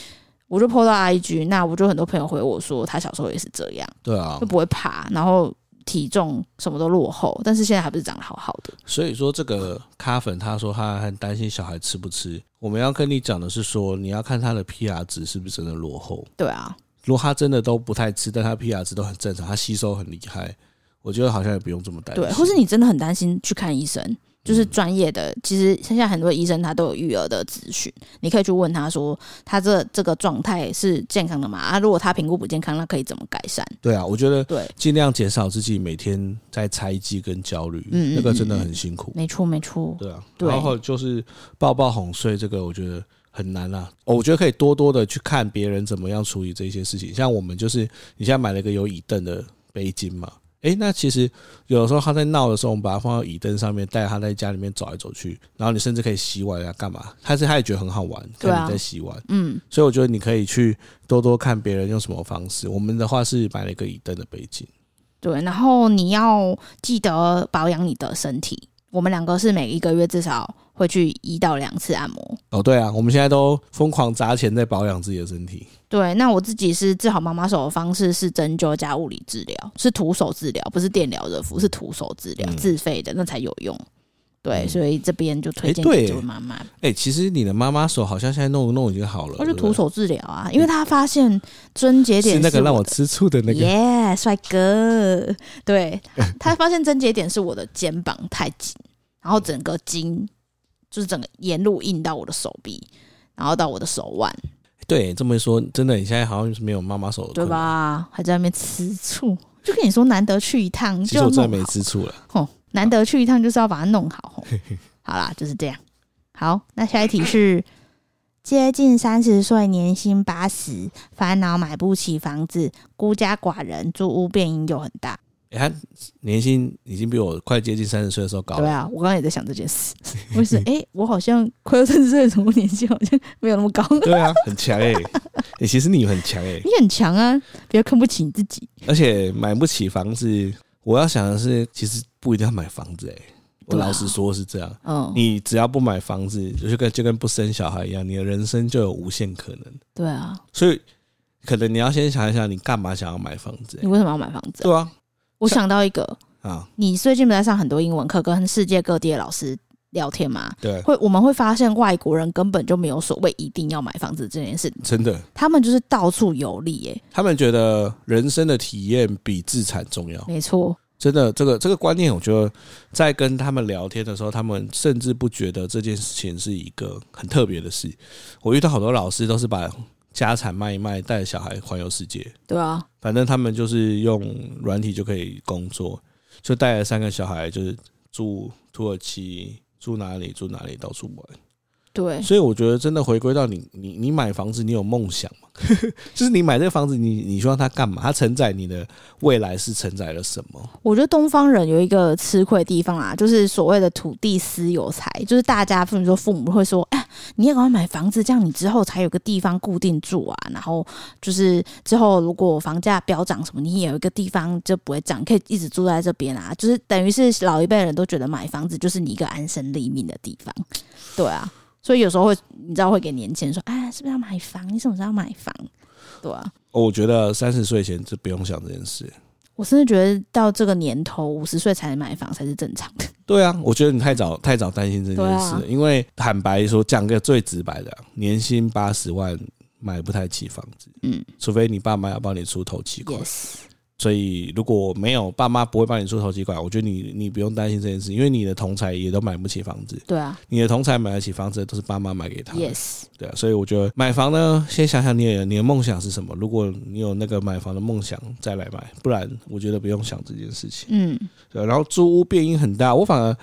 [SPEAKER 2] 我就 PO 到 IG，那我就很多朋友回我说，他小时候也是这样，
[SPEAKER 1] 对啊
[SPEAKER 2] 就，不会爬，然后体重什么都落后，但是现在还不是长得好好的，
[SPEAKER 1] 所以说这个咖粉他说他很担心小孩吃不吃，我们要跟你讲的是说，你要看他的 PR 值是不是真的落后。
[SPEAKER 2] 对啊，
[SPEAKER 1] 如果他真的都不太吃，但他 PR 值都很正常，他吸收很厉害，我觉得好像也不用这么担心。
[SPEAKER 2] 对，或是你真的很担心去看医生，就是专业的。其实现在很多医生他都有育儿的咨询，你可以去问他说，他这这个状态是健康的吗？啊，如果他评估不健康，那可以怎么改善？
[SPEAKER 1] 对啊，我觉得
[SPEAKER 2] 对，
[SPEAKER 1] 尽量减少自己每天在猜忌跟焦虑，
[SPEAKER 2] 嗯嗯
[SPEAKER 1] 那个真的很辛苦。
[SPEAKER 2] 没错，没错，
[SPEAKER 1] 对啊，
[SPEAKER 2] 对
[SPEAKER 1] 然后就是抱抱哄睡这个，我觉得很难啦、哦，我觉得可以多多的去看别人怎么样处理这些事情。像我们就是，你现在买了一个有椅凳的背巾嘛，诶，那其实有的时候他在闹的时候，我们把它放到椅凳上面，带他在家里面走来走去，然后你甚至可以洗碗啊，干嘛？他是他也觉得很好玩，
[SPEAKER 2] 对啊
[SPEAKER 1] 看你在洗碗。
[SPEAKER 2] 嗯，
[SPEAKER 1] 所以我觉得你可以去多多看别人用什么方式。我们的话是买了一个椅凳的背巾，
[SPEAKER 2] 对。然后你要记得保养你的身体。我们两个是每一个月至少会去一到两次按摩。
[SPEAKER 1] 哦，对啊，我们现在都疯狂砸钱在保养自己的身体。
[SPEAKER 2] 对，那我自己是治好妈妈手的方式是针灸加物理治疗，是徒手治疗，不是电疗热敷，是徒手治疗，
[SPEAKER 1] 嗯
[SPEAKER 2] 自费的那才有用。对，
[SPEAKER 1] 嗯
[SPEAKER 2] 所以这边就推荐
[SPEAKER 1] 诶对
[SPEAKER 2] 给这位妈妈，
[SPEAKER 1] 哎、其实你的妈妈手好像现在弄一弄已经好了，
[SPEAKER 2] 我就
[SPEAKER 1] 对不
[SPEAKER 2] 徒
[SPEAKER 1] 对
[SPEAKER 2] 手治疗啊，因为她发现针节点
[SPEAKER 1] 是那个让
[SPEAKER 2] 我
[SPEAKER 1] 我吃醋的那个。
[SPEAKER 2] 耶，帅哥，
[SPEAKER 1] <laughs>
[SPEAKER 2] 对她发现针节点是我的肩膀太紧，然后整个筋就是整个沿路印到我的手臂，然后到我的手腕，
[SPEAKER 1] 对，这么一说，真的，你现在好像是没有妈妈手的
[SPEAKER 2] 对
[SPEAKER 1] 困扰？
[SPEAKER 2] 吧？还在那边吃醋，就跟你说难得去一趟，
[SPEAKER 1] 其实
[SPEAKER 2] 就要
[SPEAKER 1] 我真的
[SPEAKER 2] 弄
[SPEAKER 1] 没
[SPEAKER 2] 好。
[SPEAKER 1] 吃醋了。
[SPEAKER 2] 吼，难得去一趟，就是要把它弄好。
[SPEAKER 1] <laughs>
[SPEAKER 2] 吼好啦，就是这样。好，那下一题是 <clears throat> 接近三十岁，年薪八十，烦恼买不起房子，孤家寡人，住屋变影有很大。
[SPEAKER 1] 哎、她年薪已经比我快接近三十岁的时候高
[SPEAKER 2] 对
[SPEAKER 1] 了。
[SPEAKER 2] 啊，我刚刚也在想这件事， <laughs> 我是哎、诶我好像快要三十岁，怎么年纪好像没有
[SPEAKER 1] <laughs>
[SPEAKER 2] 那么高？
[SPEAKER 1] 对啊，很强哎、欸 <laughs> 其实你很强哎、
[SPEAKER 2] 你很强啊，不要看不起你自己。
[SPEAKER 1] 而且买不起房子，我要想的是，其实不一定要买房子哎、我
[SPEAKER 2] 对啊
[SPEAKER 1] 老实说是这样，
[SPEAKER 2] 嗯，
[SPEAKER 1] 你只要不买房子，就跟就跟不生小孩一样，你的人生就有无限可能。
[SPEAKER 2] 对啊，
[SPEAKER 1] 所以，可能你要先想一想，你干嘛想要买房子、
[SPEAKER 2] 你为什么要买房子啊、
[SPEAKER 1] 对啊，
[SPEAKER 2] 我想到一个，
[SPEAKER 1] 啊，
[SPEAKER 2] 你最近不是在上很多英文课，跟世界各地的老师聊天吗？
[SPEAKER 1] 对，
[SPEAKER 2] 会我们会发现外国人根本就没有所谓一定要买房子这件事，
[SPEAKER 1] 真的，
[SPEAKER 2] 他们就是到处游历耶、
[SPEAKER 1] 他们觉得人生的体验比资产重要。
[SPEAKER 2] 没错，
[SPEAKER 1] 真的，这个这个观念，我觉得在跟他们聊天的时候，他们甚至不觉得这件事情是一个很特别的事。我遇到好多老师都是把家产卖一卖，带着小孩环游世界，
[SPEAKER 2] 对啊，
[SPEAKER 1] 反正他们就是用软体就可以工作，就带了三个小孩，就是住土耳其，住哪里住哪里，到处玩。
[SPEAKER 2] 对，
[SPEAKER 1] 所以我觉得真的回归到你，你你买房子，你有梦想
[SPEAKER 2] <laughs>
[SPEAKER 1] 吗？就是你买这个房子，你你希望它干嘛？它承载你的未来是承载了什么？
[SPEAKER 2] 我觉得东方人有一个吃亏的地方啊，就是所谓的土地私有财，就是大家比如说父母会说，哎、你也赶快买房子，这样你之后才有个地方固定住啊。然后就是之后如果房价飙涨什么，你也有一个地方就不会涨，可以一直住在这边啊。就是等于是老一辈人都觉得买房子就是你一个安身立命的地方，对啊。所以有时候会，你知道会给年轻人说，哎，是不是要买房？你什么时候要买房？对啊，
[SPEAKER 1] 哦我觉得三十岁前就不用想这件事。
[SPEAKER 2] 我甚至觉得到这个年头，五十岁才买房才是正常的。
[SPEAKER 1] 对啊，我觉得你太早太早担心这件事，
[SPEAKER 2] 对啊
[SPEAKER 1] 因为坦白说，讲个最直白的啊，年薪八十万买不太起房子，
[SPEAKER 2] 嗯
[SPEAKER 1] 除非你爸妈要帮你出头期款。
[SPEAKER 2] ，yes。
[SPEAKER 1] 所以如果没有爸妈不会帮你出头期款，我觉得你你不用担心这件事，因为你的同才也都买不起房子，
[SPEAKER 2] 对啊
[SPEAKER 1] 你的同才买得起房子的都是爸妈买给他的。
[SPEAKER 2] ，yes，
[SPEAKER 1] 对啊，所以我觉得买房呢，先想想你的你的梦想是什么。如果你有那个买房的梦想，再来买，不然我觉得不用想这件事情。
[SPEAKER 2] 嗯，
[SPEAKER 1] 对啊，然后租屋变音很大，我反而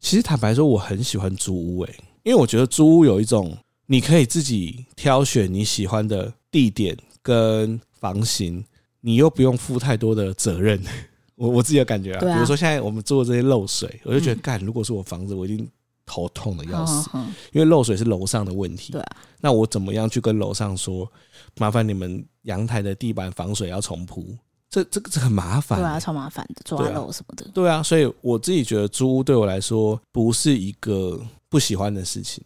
[SPEAKER 1] 其实坦白说，我很喜欢租屋诶、因为我觉得租屋有一种你可以自己挑选你喜欢的地点跟房型，你又不用负太多的责任。 <laughs> 我我自己的感觉啊，
[SPEAKER 2] 对啊
[SPEAKER 1] 比如说现在我们做的这些漏水，我就觉得
[SPEAKER 2] 嗯
[SPEAKER 1] 干、如果是我房子，我一定头痛的要
[SPEAKER 2] 好
[SPEAKER 1] 死
[SPEAKER 2] 好。好
[SPEAKER 1] 因为漏水是楼上的问题。
[SPEAKER 2] 对啊
[SPEAKER 1] 那我怎么样去跟楼上说，麻烦你们阳台的地板防水要重铺？这这个这很麻烦、
[SPEAKER 2] 对啊，超麻烦的，抓
[SPEAKER 1] 对啊
[SPEAKER 2] 漏什么的。
[SPEAKER 1] 对啊，所以我自己觉得租屋对我来说不是一个不喜欢的事情。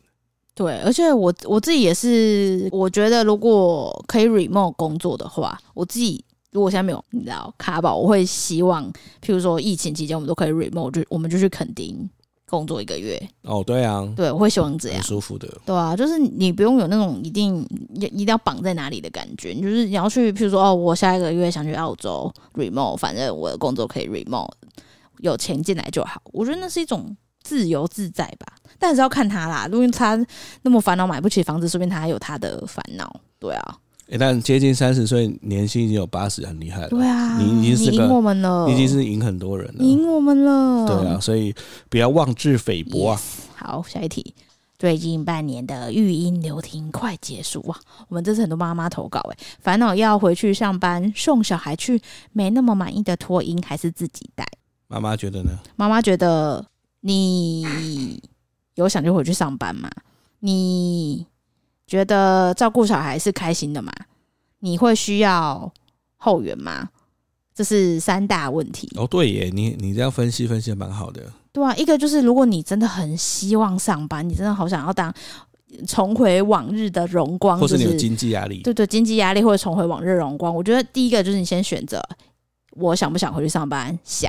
[SPEAKER 2] 对，而且我我自己也是，我觉得如果可以 remote 工作的话，我自己如果现在没有你知道卡宝，我会希望，譬如说疫情期间我们都可以 remote，就我们就去垦丁工作一个月，
[SPEAKER 1] 哦，对啊，
[SPEAKER 2] 对，我会希望这
[SPEAKER 1] 很
[SPEAKER 2] 样。
[SPEAKER 1] 舒服的。
[SPEAKER 2] 对啊，就是你不用有那种一定一一定要绑在哪里的感觉，你就是你要去，譬如说哦，我下一个月想去澳洲 remote，反正我的工作可以 remote，有钱进来就好。我觉得那是一种自由自在吧，但还是要看他啦。如果他那么烦恼买不起房子，说不定他还有他的烦恼。对啊，
[SPEAKER 1] 诶但接近三十岁，年薪已经有八十，很厉害了。
[SPEAKER 2] 对啊，
[SPEAKER 1] 你已经是
[SPEAKER 2] 你
[SPEAKER 1] 个
[SPEAKER 2] 赢我们了，
[SPEAKER 1] 你已经是赢很多人
[SPEAKER 2] 你
[SPEAKER 1] 了。
[SPEAKER 2] 赢我们了。
[SPEAKER 1] 对啊，所以不要妄自菲薄啊。
[SPEAKER 2] 好，下一题。最近半年的育婴流停快结束哇！我们这次很多妈妈投稿哎、烦恼要回去上班，送小孩去没那么满意的托婴，还是自己带。
[SPEAKER 1] 妈妈觉得呢？
[SPEAKER 2] 妈妈觉得你有想就回去上班吗？你觉得照顾小孩是开心的吗？你会需要后援吗？这是三大问题。
[SPEAKER 1] 哦，对耶，你你这样分析分析得蛮好的。
[SPEAKER 2] 对啊，一个就是如果你真的很希望上班，你真的好想要当重回往日的荣光，
[SPEAKER 1] 或
[SPEAKER 2] 就是
[SPEAKER 1] 你有
[SPEAKER 2] 是
[SPEAKER 1] 经济压力，
[SPEAKER 2] 对对经济压力或者重回往日荣光。我觉得第一个就是你先选择我想不想回去上班，想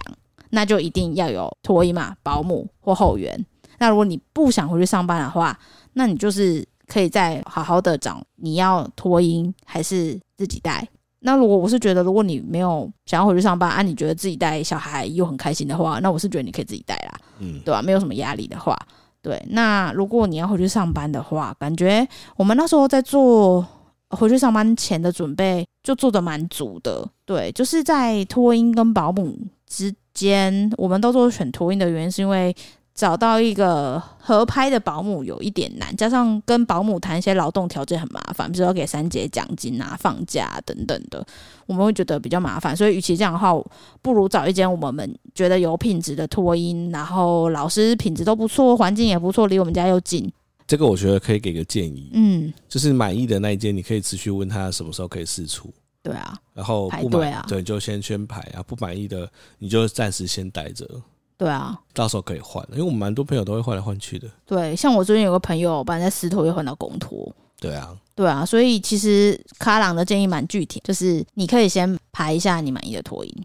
[SPEAKER 2] 那就一定要有托婴嘛、保姆或后援。那如果你不想回去上班的话，那你就是可以再好好的找你要托婴还是自己带。那如果我是觉得，如果你没有想要回去上班啊，你觉得自己带小孩又很开心的话，那我是觉得你可以自己带啦。
[SPEAKER 1] 嗯，
[SPEAKER 2] 对吧、啊没有什么压力的话，对。那如果你要回去上班的话，感觉我们那时候在做回去上班前的准备，就做的蛮足的。对，就是在托婴跟保姆之间，我们都做选托婴的原因是因为。找到一个合拍的保姆有一点难，加上跟保姆谈一些劳动条件很麻烦，比如说要给三节奖金啊、放假、啊、等等的，我们会觉得比较麻烦。所以，与其这样的话，不如找一间我们觉得有品质的托婴，然后老师品质都不错，环境也不错，离我们家又近。
[SPEAKER 1] 这个我觉得可以给个建议。
[SPEAKER 2] 嗯，
[SPEAKER 1] 就是满意的那一间，你可以持续问他什么时候可以试出，
[SPEAKER 2] 对啊，
[SPEAKER 1] 然后
[SPEAKER 2] 排
[SPEAKER 1] 不
[SPEAKER 2] 队
[SPEAKER 1] 满
[SPEAKER 2] 啊
[SPEAKER 1] 对，就先先排啊，不满意的你就暂时先待着，
[SPEAKER 2] 对啊，
[SPEAKER 1] 到时候可以换，因为我们蛮多朋友都会换来换去的。
[SPEAKER 2] 对。像我最近有个朋友，把人家私托又换到公托，
[SPEAKER 1] 对啊，
[SPEAKER 2] 对啊，所以其实卡朗的建议蛮具体，就是你可以先排一下你满意的托音，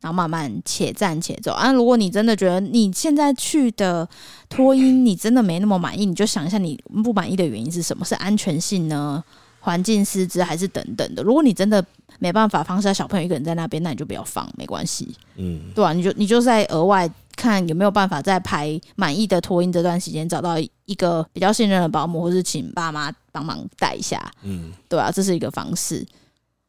[SPEAKER 2] 然后慢慢且战且走啊。如果你真的觉得你现在去的托音你真的没那么满意，你就想一下你不满意的原因是什么？是安全性呢？环境师资还是等等的？如果你真的没办法放下小朋友一个人在那边，那你就不要放，没关系。
[SPEAKER 1] 嗯，
[SPEAKER 2] 对啊，你就你就在额外看有没有办法在排满意的托婴这段时间找到一个比较信任的保姆，或是请爸妈帮忙带一下，
[SPEAKER 1] 嗯，
[SPEAKER 2] 对啊，这是一个方式。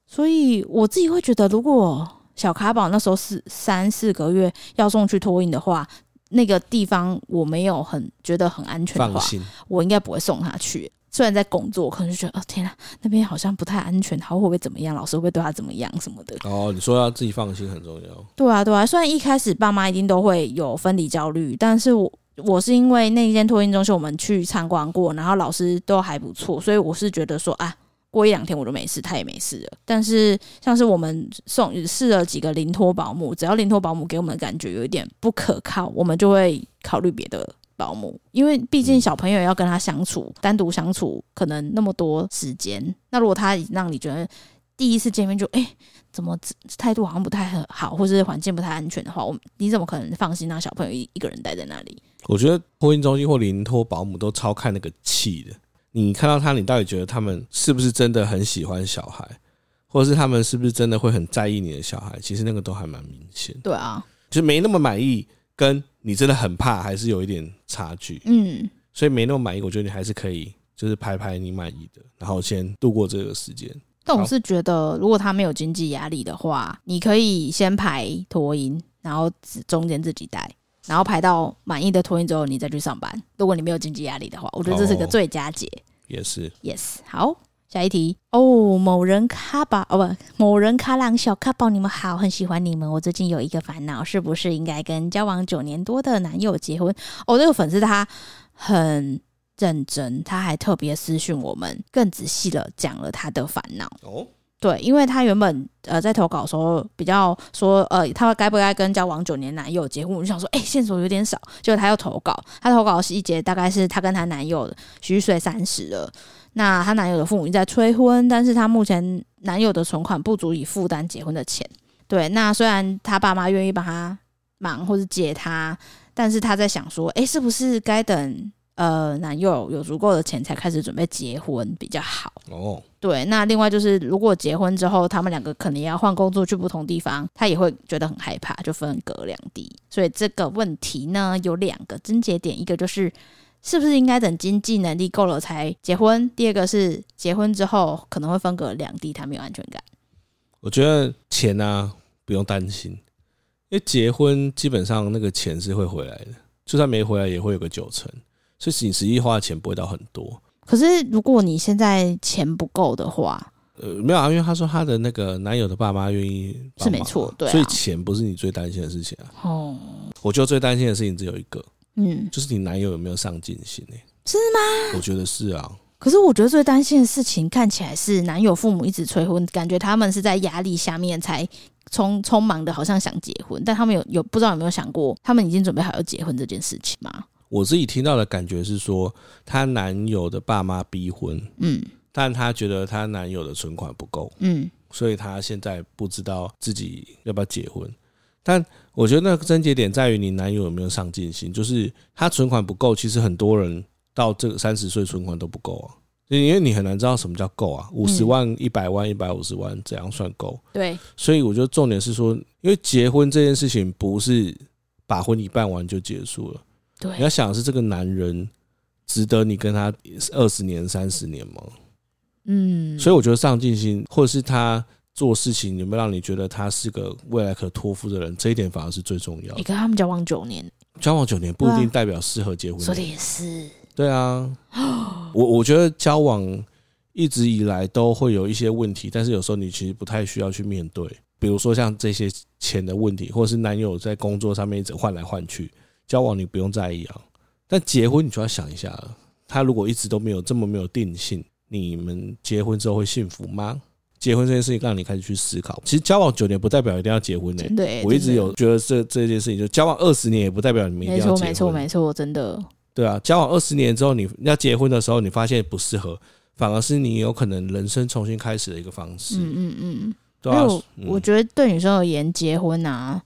[SPEAKER 2] 所以我自己会觉得，如果小卡宝那时候是三四个月要送去托婴的话，那个地方我没有很觉得很安全的
[SPEAKER 1] 放
[SPEAKER 2] 话，
[SPEAKER 1] 心，
[SPEAKER 2] 我应该不会送他去。虽然在工作，我可能就觉得哦天啊，那边好像不太安全，他会不会怎么样？老师会不会对他怎么样什么的？
[SPEAKER 1] 哦，你说要自己放心很重要，
[SPEAKER 2] 对啊，对啊，虽然一开始爸妈一定都会有分离焦虑，但是我我是因为那一间托婴中心我们去参观过，然后老师都还不错，所以我是觉得说啊，过一两天我就没事，他也没事了。但是像是我们送试了几个零托保姆，只要零托保姆给我们的感觉有一点不可靠，我们就会考虑别的。保姆，因为毕竟小朋友要跟他相处，单独相处可能那么多时间。那如果他让你觉得第一次见面就哎、诶怎么态度好像不太很好，或是环境不太安全的话，我们你怎么可能放心让小朋友一一个人待在那里？
[SPEAKER 1] 我觉得托婴中心或临托保姆都超看那个气的。你看到他，你到底觉得他们是不是真的很喜欢小孩，或者是他们是不是真的会很在意你的小孩？其实那个都还蛮明显，
[SPEAKER 2] 对啊，
[SPEAKER 1] 就是没那么满意，跟你真的很怕还是有一点差距。
[SPEAKER 2] 嗯，
[SPEAKER 1] 所以没那么满意，我觉得你还是可以，就是拍拍你满意的，然后先度过这个时间。
[SPEAKER 2] 但我
[SPEAKER 1] 好
[SPEAKER 2] 是觉得，如果他没有经济压力的话，你可以先排托婴，然后只中间自己带。然后排到满意的托运之后，你再去上班。如果你没有经济压力的话，我觉得这是个
[SPEAKER 1] 哦
[SPEAKER 2] 最佳解。
[SPEAKER 1] 也是
[SPEAKER 2] Yes，好，下一题哦。某人咖宝哦不，某人咖郎小咖宝，你们好，很喜欢你们。我最近有一个烦恼，是不是应该跟交往九年多的男友结婚？哦，这个粉丝他很认真，他还特别私讯我们，更仔细的讲了他的烦恼。
[SPEAKER 1] 哦，
[SPEAKER 2] 对，因为他原本呃在投稿的时候比较说呃他该不该跟交往九年男友结婚，我就想说哎、线索有点少，结果他又投稿，他投稿的细节大概是她跟她男友虚岁三十了，那她男友的父母一直在催婚，但是她目前男友的存款不足以负担结婚的钱，对，那虽然她爸妈愿意帮她忙或是接她，但是她在想说哎、是不是该等呃男友有足够的钱才开始准备结婚比较好。
[SPEAKER 1] 哦，
[SPEAKER 2] 对，那另外就是，如果结婚之后，他们两个可能也要换工作去不同地方，他也会觉得很害怕，就分隔两地。所以这个问题呢，有两个症结点，一个就是是不是应该等经济能力够了才结婚，第二个是结婚之后可能会分隔两地，他没有安全感。
[SPEAKER 1] 我觉得钱啊不用担心，因为结婚基本上那个钱是会回来的，就算没回来也会有个九成，所以你实际花的钱不会到很多。
[SPEAKER 2] 可是如果你现在钱不够的话，
[SPEAKER 1] 呃，没有啊，因为她说她的那个男友的爸妈愿意帮
[SPEAKER 2] 是
[SPEAKER 1] 忙
[SPEAKER 2] 没错对啊
[SPEAKER 1] 所以钱不是你最担心的事情啊。
[SPEAKER 2] 哦，
[SPEAKER 1] 我觉得最担心的事情只有一个，
[SPEAKER 2] 嗯，
[SPEAKER 1] 就是你男友有没有上进心呢、
[SPEAKER 2] 是
[SPEAKER 1] 吗？我觉得是啊，
[SPEAKER 2] 可是我觉得最担心的事情，看起来是男友父母一直催婚，感觉他们是在压力下面才匆匆忙的，好像想结婚，但他们有有不知道有没有想过，他们已经准备好要结婚这件事情吗？
[SPEAKER 1] 我自己听到的感觉是说，她男友的爸妈逼婚，
[SPEAKER 2] 嗯
[SPEAKER 1] 但她觉得她男友的存款不够，
[SPEAKER 2] 嗯，
[SPEAKER 1] 所以她现在不知道自己要不要结婚。但我觉得那个症结点在于你男友有没有上进心，就是他存款不够，其实很多人到这个三十岁存款都不够啊，因为你很难知道什么叫够啊，五十万、一百万、一百五十万怎样算够？
[SPEAKER 2] 对，
[SPEAKER 1] 所以我觉得重点是说，因为结婚这件事情不是把婚礼办完就结束了，
[SPEAKER 2] 对
[SPEAKER 1] 你要想的是这个男人值得你跟他二十年、三十年吗？
[SPEAKER 2] 嗯，
[SPEAKER 1] 所以我觉得上进心，或者是他做事情有没有让你觉得他是个未来可托付的人，这一点反而是最重要
[SPEAKER 2] 你
[SPEAKER 1] 的。
[SPEAKER 2] 跟他们交往九年，
[SPEAKER 1] 交往九年不一
[SPEAKER 2] 对
[SPEAKER 1] 定
[SPEAKER 2] 啊
[SPEAKER 1] 代表适合结婚
[SPEAKER 2] 说的
[SPEAKER 1] 的，
[SPEAKER 2] 也是，
[SPEAKER 1] 对
[SPEAKER 2] <gasps>
[SPEAKER 1] 啊，我我觉得交往一直以来都会有一些问题，但是有时候你其实不太需要去面对，比如说像这些钱的问题，或者是男友在工作上面一直换来换去，交往你不用在意啊，但结婚你就要想一下了，他如果一直都没有这么没有定性，你们结婚之后会幸福吗？结婚这件事情让你开始去思考，其实交往九年不代表一定要结婚呢、
[SPEAKER 2] 真的耶，
[SPEAKER 1] 我一直
[SPEAKER 2] 真的
[SPEAKER 1] 有觉得这这件事情，就交往二十年也不代表你们一定
[SPEAKER 2] 没
[SPEAKER 1] 要结
[SPEAKER 2] 错
[SPEAKER 1] 婚。欸
[SPEAKER 2] 没错没错，真的，
[SPEAKER 1] 对啊，交往二十年之后，你要结婚的时候，你发现不适合，反而是你有可能人生重新开始的一个方式，
[SPEAKER 2] 嗯嗯嗯，
[SPEAKER 1] 对
[SPEAKER 2] 因
[SPEAKER 1] 啊
[SPEAKER 2] 为我，
[SPEAKER 1] 嗯
[SPEAKER 2] 我觉得对女生而言，结婚啊，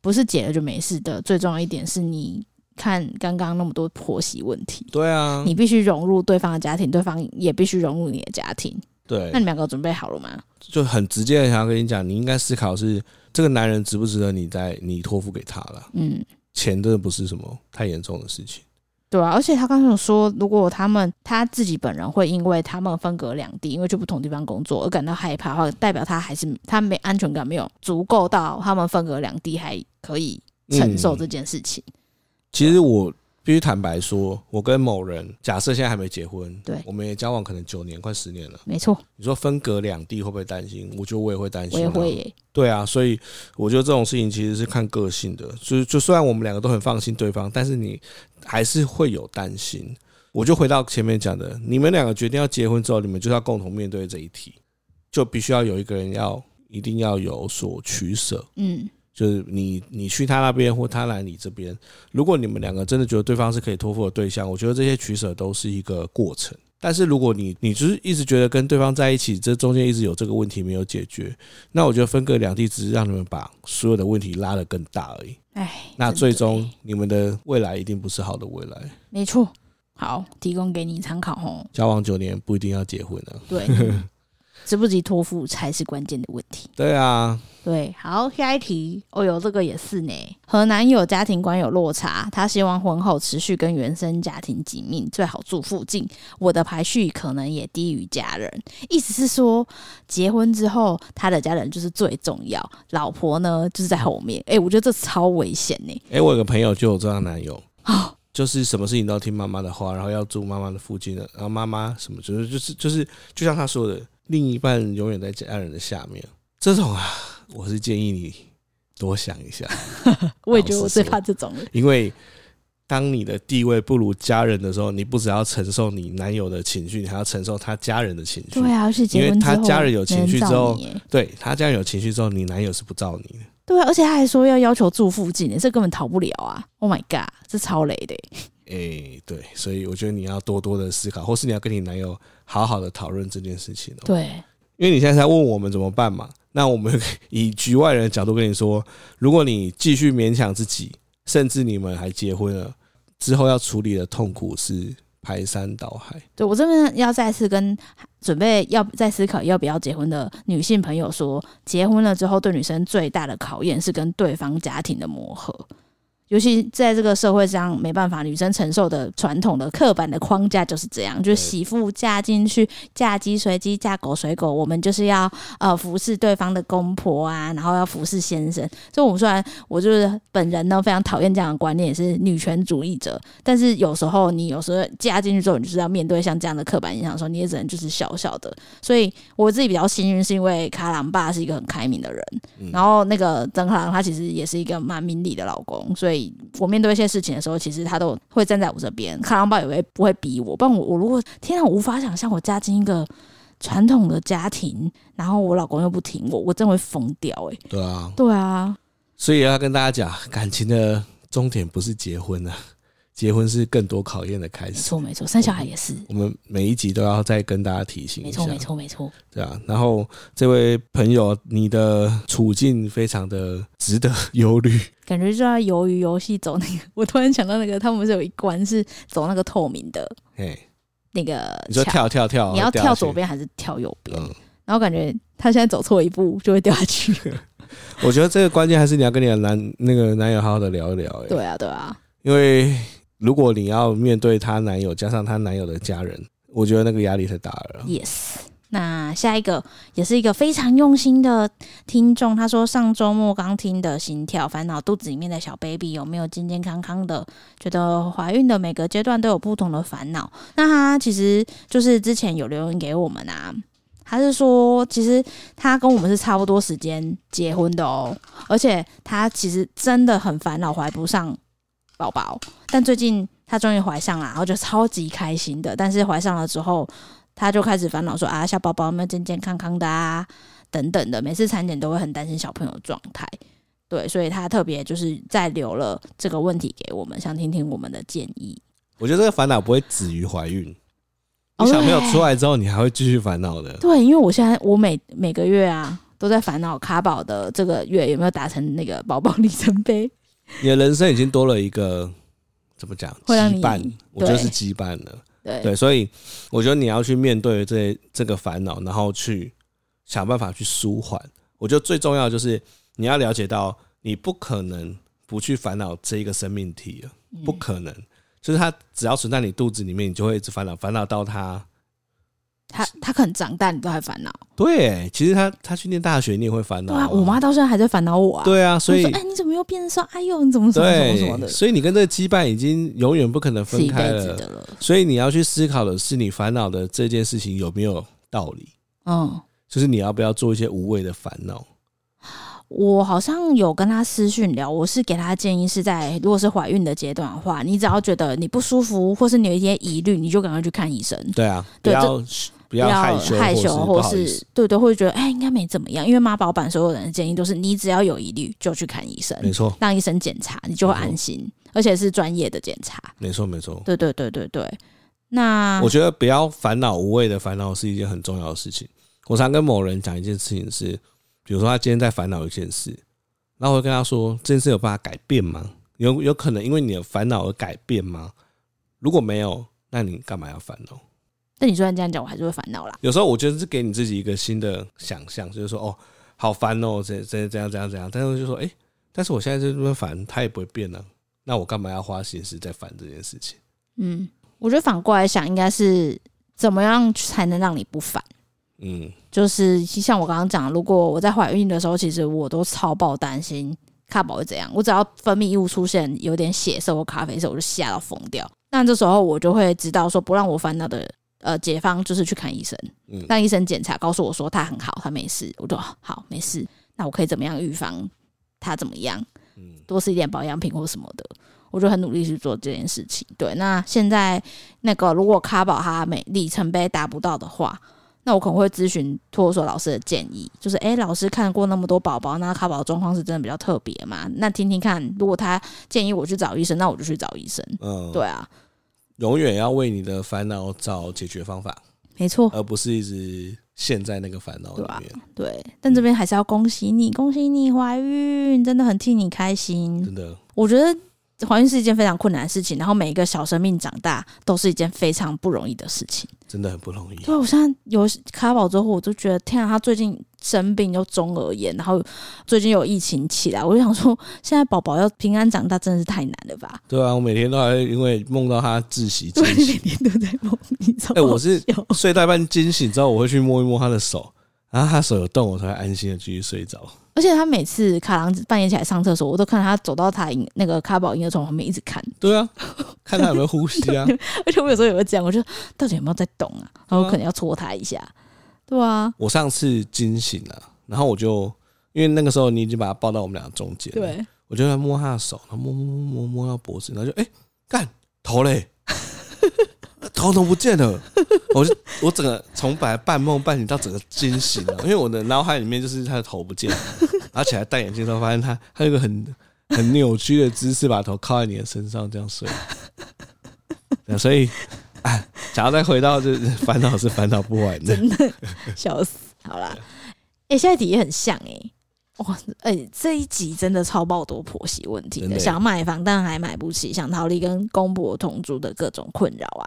[SPEAKER 2] 不是结了就没事的。最重要一点是你看刚刚那么多婆媳问题，
[SPEAKER 1] 对啊，
[SPEAKER 2] 你必须融入对方的家庭，对方也必须融入你的家庭。那
[SPEAKER 1] 对
[SPEAKER 2] 你，们两个准备好了吗？
[SPEAKER 1] 就很直接的想要跟你讲，你应该思考是这个男人值不值得你在你托付给他了，
[SPEAKER 2] 嗯，
[SPEAKER 1] 钱真的不是什么太严重的事情，
[SPEAKER 2] 对啊。而且他刚才有说，如果他们他自己本人会因为他们分隔两地，因为去不同地方工作而感到害怕的话，代表他还是他没安全感，没有足够到他们分隔两地还可以承受
[SPEAKER 1] 嗯
[SPEAKER 2] 这件事情。
[SPEAKER 1] 其实我必须坦白说，我跟某人假设现在还没结婚，
[SPEAKER 2] 对
[SPEAKER 1] 我们也交往可能九年快十年了，
[SPEAKER 2] 没错，
[SPEAKER 1] 你说分隔两地会不会担心？我觉得我也会担
[SPEAKER 2] 我
[SPEAKER 1] 心、
[SPEAKER 2] 也
[SPEAKER 1] 啊，
[SPEAKER 2] 会耶。
[SPEAKER 1] 对啊，所以我觉得这种事情其实是看个性的，就是就虽然我们两个都很放心对方，但是你还是会有担心。我就回到前面讲的，你们两个决定要结婚之后，你们就是要共同面对这一题，就必须要有一个人要一定要有所取舍，
[SPEAKER 2] 嗯，
[SPEAKER 1] 就是你你去他那边或他来你这边，如果你们两个真的觉得对方是可以托付的对象，我觉得这些取舍都是一个过程。但是如果你你就是一直觉得跟对方在一起，这中间一直有这个问题没有解决，那我觉得分隔两地只是让你们把所有的问题拉得更大而已。
[SPEAKER 2] 哎，
[SPEAKER 1] 那
[SPEAKER 2] 真的
[SPEAKER 1] 最
[SPEAKER 2] 耶
[SPEAKER 1] 终你们的未来一定不是好的未来。
[SPEAKER 2] 没错，好，提供给你参考哦。
[SPEAKER 1] <laughs> 交往九年不一定要结婚啊，
[SPEAKER 2] 对，值不值托付才是关键的问题。
[SPEAKER 1] 对啊，
[SPEAKER 2] 对，好，下一题。哦哟，这个也是呢。和男友家庭观有落差，他希望婚后持续跟原生家庭紧密，最好住附近。我的排序可能也低于家人，意思是说，结婚之后他的家人就是最重要，老婆呢就是在后面。哎、我觉得这超危险呢。
[SPEAKER 1] 诶，我有个朋友就有这样的男友，
[SPEAKER 2] 哦，
[SPEAKER 1] 就是什么事情都要听妈妈的话，然后要住妈妈的附近的，然后妈妈什么就是就是就是，就像他说的，另一半永远在家人的下面。这种啊，我是建议你多想一下，
[SPEAKER 2] 我也觉得
[SPEAKER 1] 老实
[SPEAKER 2] 我最
[SPEAKER 1] 说
[SPEAKER 2] 怕这种了。
[SPEAKER 1] 因为当你的地位不如家人的时候，你不只要承受你男友的情绪，你还要承受他家人的情绪。
[SPEAKER 2] 对啊，而且结
[SPEAKER 1] 因
[SPEAKER 2] 婚
[SPEAKER 1] 为
[SPEAKER 2] 之
[SPEAKER 1] 他
[SPEAKER 2] 后，
[SPEAKER 1] 家人有情绪之后
[SPEAKER 2] 能照你耶
[SPEAKER 1] 对他家人有情绪之后，你男友是不照你的。
[SPEAKER 2] 对啊，而且他还说要要求住附近耶，欸这根本逃不了啊！Oh my god，这超雷的耶。欸
[SPEAKER 1] 诶、对，所以我觉得你要多多的思考，或是你要跟你男友好好的讨论这件事情、哦。
[SPEAKER 2] 对，
[SPEAKER 1] 因为你现在在问我们怎么办嘛，那我们 <laughs> 以局外人的角度跟你说，如果你继续勉强自己，甚至你们还结婚了，之后要处理的痛苦是排山倒海。
[SPEAKER 2] 对我这边要再次跟准备要再思考要不要结婚的女性朋友说，结婚了之后对女生最大的考验是跟对方家庭的磨合，尤其在这个社会上没办法，女生承受的传统的刻板的框架就是这样，就是媳妇嫁进去，嫁鸡随鸡，嫁狗随狗，我们就是要呃服侍对方的公婆啊，然后要服侍先生。所以我们虽然我就是本人呢非常讨厌这样的观念，也是女权主义者，但是有时候你有时候嫁进去之后，你就是要面对像这样的刻板印象的时候，你也只能就是小小的。所以我自己比较幸运，是因为卡朗爸是一个很开明的人，然后那个曾卡朗他其实也是一个蛮明理的老公，所以我面对一些事情的时候，其实他都会站在我这边。卡朗爸也会不会逼我，不然我我如果天啊，我无法想象我嫁进一个。传统的家庭，然后我老公又不听我，我真会疯掉哎、欸
[SPEAKER 1] 对啊，
[SPEAKER 2] 对啊，
[SPEAKER 1] 所以要跟大家讲，感情的终点不是结婚啊，结婚是更多考验的开
[SPEAKER 2] 没
[SPEAKER 1] 始。
[SPEAKER 2] 错没错，生小孩也是，
[SPEAKER 1] 我们每一集都要再跟大家提醒
[SPEAKER 2] 没
[SPEAKER 1] 一
[SPEAKER 2] 错
[SPEAKER 1] 下，
[SPEAKER 2] 没错没错。
[SPEAKER 1] 对啊，然后这位朋友，你的处境非常的值得忧虑。
[SPEAKER 2] 感觉就在鱿鱼游戏走那个，我突然想到那个，他们不是有一关是走那个透明的
[SPEAKER 1] 哎，
[SPEAKER 2] 那个
[SPEAKER 1] 你说
[SPEAKER 2] 桥，
[SPEAKER 1] 跳跳跳，
[SPEAKER 2] 你要
[SPEAKER 1] 下
[SPEAKER 2] 跳
[SPEAKER 1] 去
[SPEAKER 2] 左，边还是跳右边？
[SPEAKER 1] 嗯，
[SPEAKER 2] 然后感觉他现在走错一步就会掉
[SPEAKER 1] <laughs>
[SPEAKER 2] 下去。
[SPEAKER 1] 我觉得这个关键还是你要跟你的男那个男友好好的聊一聊、哎，
[SPEAKER 2] 对啊，对啊，
[SPEAKER 1] 因为如果你要面对她男友，加上她男友的家人，我觉得那个压力太大了。
[SPEAKER 2] 嗯 Yes。那下一个也是一个非常用心的听众，他说上周末刚听的心跳烦恼，肚子里面的小 baby 有没有健健康康的？觉得怀孕的每个阶段都有不同的烦恼。那他其实就是之前有留言给我们啊，他是说其实他跟我们是差不多时间结婚的哦，而且他其实真的很烦恼怀不上宝宝，但最近他终于怀上了，然后就超级开心的。但是怀上了之后，他就开始烦恼说啊，小宝宝有没有健健康康的啊，等等的，每次产检都会很担心小朋友的状态。对，所以他特别就是再留了这个问题给我们，想听听我们的建议。
[SPEAKER 1] 我觉得这个烦恼不会止于怀孕，
[SPEAKER 2] 哦
[SPEAKER 1] 你小朋友出来之后，你还会继续烦恼的。
[SPEAKER 2] 对，因为我现在我每每个月啊都在烦恼卡宝的这个月有没有达成那个宝宝里程碑。
[SPEAKER 1] 你的人生已经多了一个怎么讲
[SPEAKER 2] 会让
[SPEAKER 1] 羁
[SPEAKER 2] 你
[SPEAKER 1] 绊，我觉得
[SPEAKER 2] 对
[SPEAKER 1] 是羁绊了。
[SPEAKER 2] 对，
[SPEAKER 1] 对，所以我觉得你要去面对这这个烦恼，然后去想办法去舒缓。我觉得最重要的就是你要了解到，你不可能不去烦恼这一个生命体了，
[SPEAKER 2] 嗯
[SPEAKER 1] 不可能。就是它只要存在你肚子里面，你就会一直烦恼，烦恼到它。
[SPEAKER 2] 他他可能长大你都还烦恼。
[SPEAKER 1] 对，其实他他去念大学，你也会烦恼、
[SPEAKER 2] 对啊，我妈。到现在还在烦恼我啊。
[SPEAKER 1] 对啊，所以
[SPEAKER 2] 她说哎，你怎么又变瘦？哎呦，你怎么什么什么什么
[SPEAKER 1] 对，
[SPEAKER 2] 的，
[SPEAKER 1] 所以你跟这个羁绊已经永远不可能
[SPEAKER 2] 是
[SPEAKER 1] 分
[SPEAKER 2] 一
[SPEAKER 1] 开
[SPEAKER 2] 辈子的
[SPEAKER 1] 了。
[SPEAKER 2] 了。
[SPEAKER 1] 所以你要去思考的是，你烦恼的这件事情有没有道理？
[SPEAKER 2] 嗯。
[SPEAKER 1] 就是你要不要做一些无谓的烦恼？
[SPEAKER 2] 我好像有跟他私讯聊，我是给他建议是在如果是怀孕的阶段的话，你只要觉得你不舒服或是你有一些疑虑，你就赶快去看医生，
[SPEAKER 1] 对啊，不
[SPEAKER 2] 对
[SPEAKER 1] 要不要害羞，
[SPEAKER 2] 害羞
[SPEAKER 1] 或是不
[SPEAKER 2] 或
[SPEAKER 1] 好意
[SPEAKER 2] 是
[SPEAKER 1] 思
[SPEAKER 2] 对对，会觉得哎、应该没怎么样，因为妈宝版所有人的建议都是你只要有疑虑就去看医生，
[SPEAKER 1] 没错，
[SPEAKER 2] 让医生检查，你就会安心，而且是专业的检查。
[SPEAKER 1] 没错，没错。
[SPEAKER 2] 对对对对对，那
[SPEAKER 1] 我觉得不要烦恼无谓的烦恼是一件很重要的事情。我常跟某人讲一件事情是，比如说他今天在烦恼一件事，然后我会跟他说：“这件事有办法改变吗？有有可能因为你的烦恼而改变吗？如果没有，那你干嘛要烦恼？
[SPEAKER 2] 但你虽然这样讲，我还是会烦恼啦。
[SPEAKER 1] 有时候我觉得是给你自己一个新的想象，就是说哦，好烦哦，这这这样这样这样，但是就说哎、诶但是我现在在这边烦，它也不会变呢、那我干嘛要花心思在烦这件事情？
[SPEAKER 2] 嗯，我觉得反过来想，应该是怎么样才能让你不烦？
[SPEAKER 1] 嗯，
[SPEAKER 2] 就是像我刚刚讲，如果我在怀孕的时候，其实我都超爆担心卡宝会怎样。我只要分泌物出现有点血色或咖啡色，我就吓到疯掉。那这时候我就会知道说，不让我烦恼的呃解方就是去看医生，
[SPEAKER 1] 嗯
[SPEAKER 2] 让医生检查，告诉我说他很好，他没事，我就哦好没事。那我可以怎么样预防他怎么样？
[SPEAKER 1] 嗯
[SPEAKER 2] 多吃一点保养品或什么的，我就很努力去做这件事情。对，那现在那个如果卡宝他每里程碑达不到的话，那我可能会咨询托儿所老师的建议，就是诶，老师看过那么多宝宝，那卡宝的状况是真的比较特别嘛？那听听看，如果他建议我去找医生，那我就去找医生。
[SPEAKER 1] 嗯，
[SPEAKER 2] 对，啊，
[SPEAKER 1] 永远要为你的烦恼找解决方法，
[SPEAKER 2] 没错，
[SPEAKER 1] 而不是一直陷在那个烦恼里面。
[SPEAKER 2] 哦对。啊但这边还是要恭喜你，恭喜你怀孕，真的很替你开心。
[SPEAKER 1] 真的，
[SPEAKER 2] 我觉得怀孕是一件非常困难的事情，然后每一个小生命长大都是一件非常不容易的事情。
[SPEAKER 1] 真的很不容易。
[SPEAKER 2] 对，我现在有卡宝之后，我就觉得天啊，他最近生病又中耳炎，然后最近有疫情起来，我就想说，现在宝宝要平安长大真的是太难了 <laughs> 吧？
[SPEAKER 1] 对啊，我每天都还会因为梦到他窒息
[SPEAKER 2] 对
[SPEAKER 1] 惊，
[SPEAKER 2] <laughs> 每
[SPEAKER 1] 醒，
[SPEAKER 2] 天都在梦里。
[SPEAKER 1] 哎我是
[SPEAKER 2] 超好笑
[SPEAKER 1] 睡到一半惊醒之后，我会去摸一摸他的手，然后他手有动，我才会安心的继续睡着。
[SPEAKER 2] 而且他每次卡郎半夜起来上厕所，我都看他走到他婴那个卡宝婴儿床旁边一直看， <laughs>
[SPEAKER 1] 对啊，看他有没有呼吸啊。
[SPEAKER 2] 而且我有时候也会这样，我就到底有没有在动啊？然后
[SPEAKER 1] 对啊
[SPEAKER 2] 可能要戳他一下，对啊，
[SPEAKER 1] 我上次惊醒了，然后我就因为那个时候你已经把他抱到我们俩中间，，
[SPEAKER 2] 对。
[SPEAKER 1] 我就在摸他的手，然后摸摸摸摸摸到脖子，然后就哎干、头嘞， <laughs> 头怎么不见了？我就我整个从本来半梦半醒到整个惊醒了，因为我的脑海里面就是他的头不见了，然后起来戴眼镜之后发现他他有一个很很扭曲的姿势，把头靠在你的身上这样睡。对啊所以，哎，想要再回到这烦恼是烦恼不完的。
[SPEAKER 2] 笑死，好啦，哎、下一题也很像哎、哇，哎、这一集真的超爆多婆媳问题
[SPEAKER 1] 真
[SPEAKER 2] 的，
[SPEAKER 1] 的欸
[SPEAKER 2] 想买房但还买不起，想逃离跟公婆同住的各种困扰啊！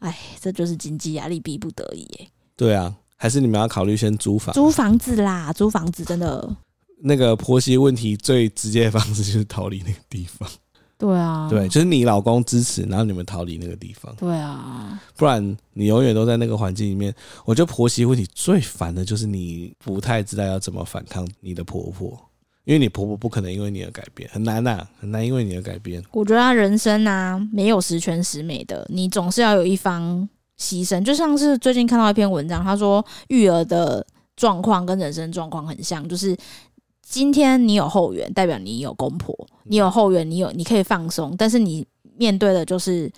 [SPEAKER 2] 哎，这就是经济压力逼不得已、欸，
[SPEAKER 1] 对啊，还是你们要考虑先租房。
[SPEAKER 2] 租房子啦，租房子真的，
[SPEAKER 1] 那个婆媳问题最直接的方式就是逃离那个地方，
[SPEAKER 2] 对啊，
[SPEAKER 1] 对，就是你老公支持，然后你们逃离那个地方，
[SPEAKER 2] 对啊，
[SPEAKER 1] 不然你永远都在那个环境里面。我觉得婆媳问题最烦的就是你不太知道要怎么反抗你的婆婆，因为你婆婆不可能因为你而改变，很难呐、啊很难因为你而改变。
[SPEAKER 2] 我觉得他人生啊，没有十全十美的，你总是要有一方牺牲。就像是最近看到一篇文章，他说育儿的状况跟人生状况很像，就是今天你有后援，代表你有公婆；你有后援，你有你可以放松，但是你面对的就是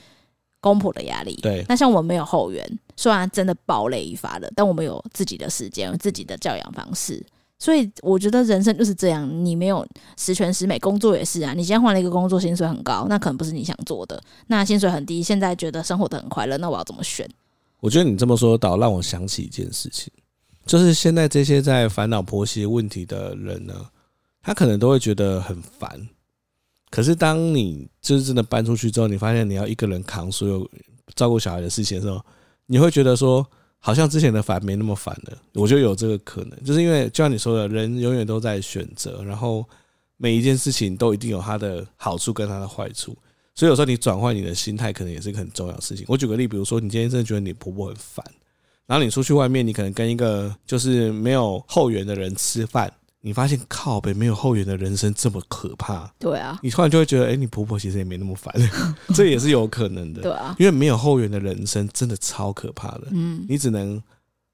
[SPEAKER 2] 公婆的压力。
[SPEAKER 1] 对，
[SPEAKER 2] 那像我们没有后援，虽然真的暴累一发了，但我们有自己的时间，有自己的教养方式。所以我觉得人生就是这样，你没有十全十美，工作也是啊。你今天换了一个工作，薪水很高，那可能不是你想做的；那薪水很低，现在觉得生活的很快乐，那我要怎么选？
[SPEAKER 1] 我觉得你这么说倒让我想起一件事情，就是现在这些在烦恼婆媳问题的人呢，他可能都会觉得很烦。可是当你就是真的搬出去之后，你发现你要一个人扛所有照顾小孩的事情的时候，你会觉得说，好像之前的烦没那么烦了。我觉得有这个可能，就是因为就像你说的，人永远都在选择，然后每一件事情都一定有它的好处跟它的坏处。所以有时候你转换你的心态，可能也是一个很重要的事情。我举个例，比如说你今天真的觉得你婆婆很烦，然后你出去外面，你可能跟一个就是没有后援的人吃饭，你发现靠北没有后援的人生这么可怕，
[SPEAKER 2] 对啊，
[SPEAKER 1] 你突然就会觉得，哎、你婆婆其实也没那么烦，这也是有可能的。
[SPEAKER 2] 对啊，
[SPEAKER 1] 因为没有后援的人生真的超可怕的，
[SPEAKER 2] 嗯，
[SPEAKER 1] 你只能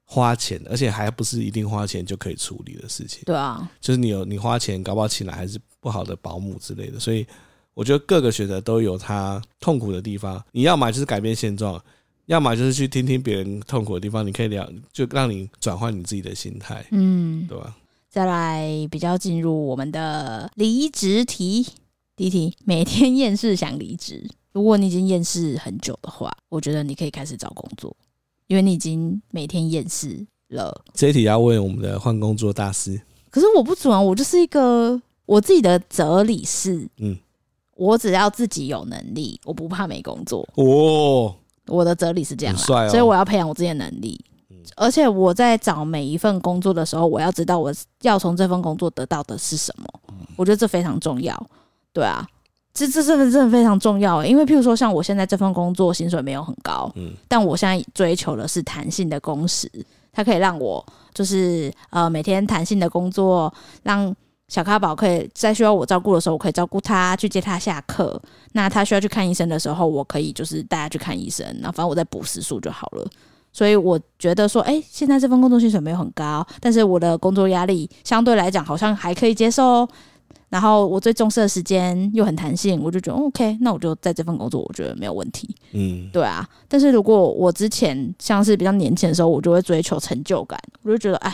[SPEAKER 1] 花钱，而且还不是一定花钱就可以处理的事情。
[SPEAKER 2] 对啊，
[SPEAKER 1] 就是你有你花钱，搞不好请来还是不好的保姆之类的。所以我觉得各个选择都有它痛苦的地方。你要么就是改变现状，要么就是去听听别人痛苦的地方。你可以聊，就让你转换你自己的心态，
[SPEAKER 2] 嗯。
[SPEAKER 1] 对吧？
[SPEAKER 2] 再来比较进入我们的离职题，第一题，每天厌世想离职。如果你已经厌世很久的话，我觉得你可以开始找工作，因为你已经每天厌世了。
[SPEAKER 1] 这一题要问我们的换工作大师，
[SPEAKER 2] 可是我不准啊，我就是一个我自己的哲理是，
[SPEAKER 1] 嗯
[SPEAKER 2] 嗯，我只要自己有能力，我不怕没工作。
[SPEAKER 1] 哦，
[SPEAKER 2] 我的哲理是这样啦
[SPEAKER 1] 很帅哦嗯
[SPEAKER 2] 所以我要培养我自己的能力。而且我在找每一份工作的时候，我要知道我要从这份工作得到的是什么，
[SPEAKER 1] 嗯
[SPEAKER 2] 我觉得这非常重要。对啊，这这这个真的非常重要欸、因为譬如说像我现在这份工作薪水没有很高，
[SPEAKER 1] 嗯
[SPEAKER 2] 但我现在追求的是弹性的工时，它可以让我就是呃每天弹性的工作，让小咖宝可以在需要我照顾的时候，我可以照顾他，去接他下课。那他需要去看医生的时候，我可以就是带他去看医生，然后反正我再补时数就好了。所以我觉得说，哎、现在这份工作薪水没有很高，但是我的工作压力相对来讲好像还可以接受哦。然后我最重视的时间又很弹性，我就觉得哦 OK，那我就在这份工作，我觉得没有问题。
[SPEAKER 1] 嗯，
[SPEAKER 2] 对啊，但是如果我之前像是比较年轻的时候，我就会追求成就感，我就觉得哎，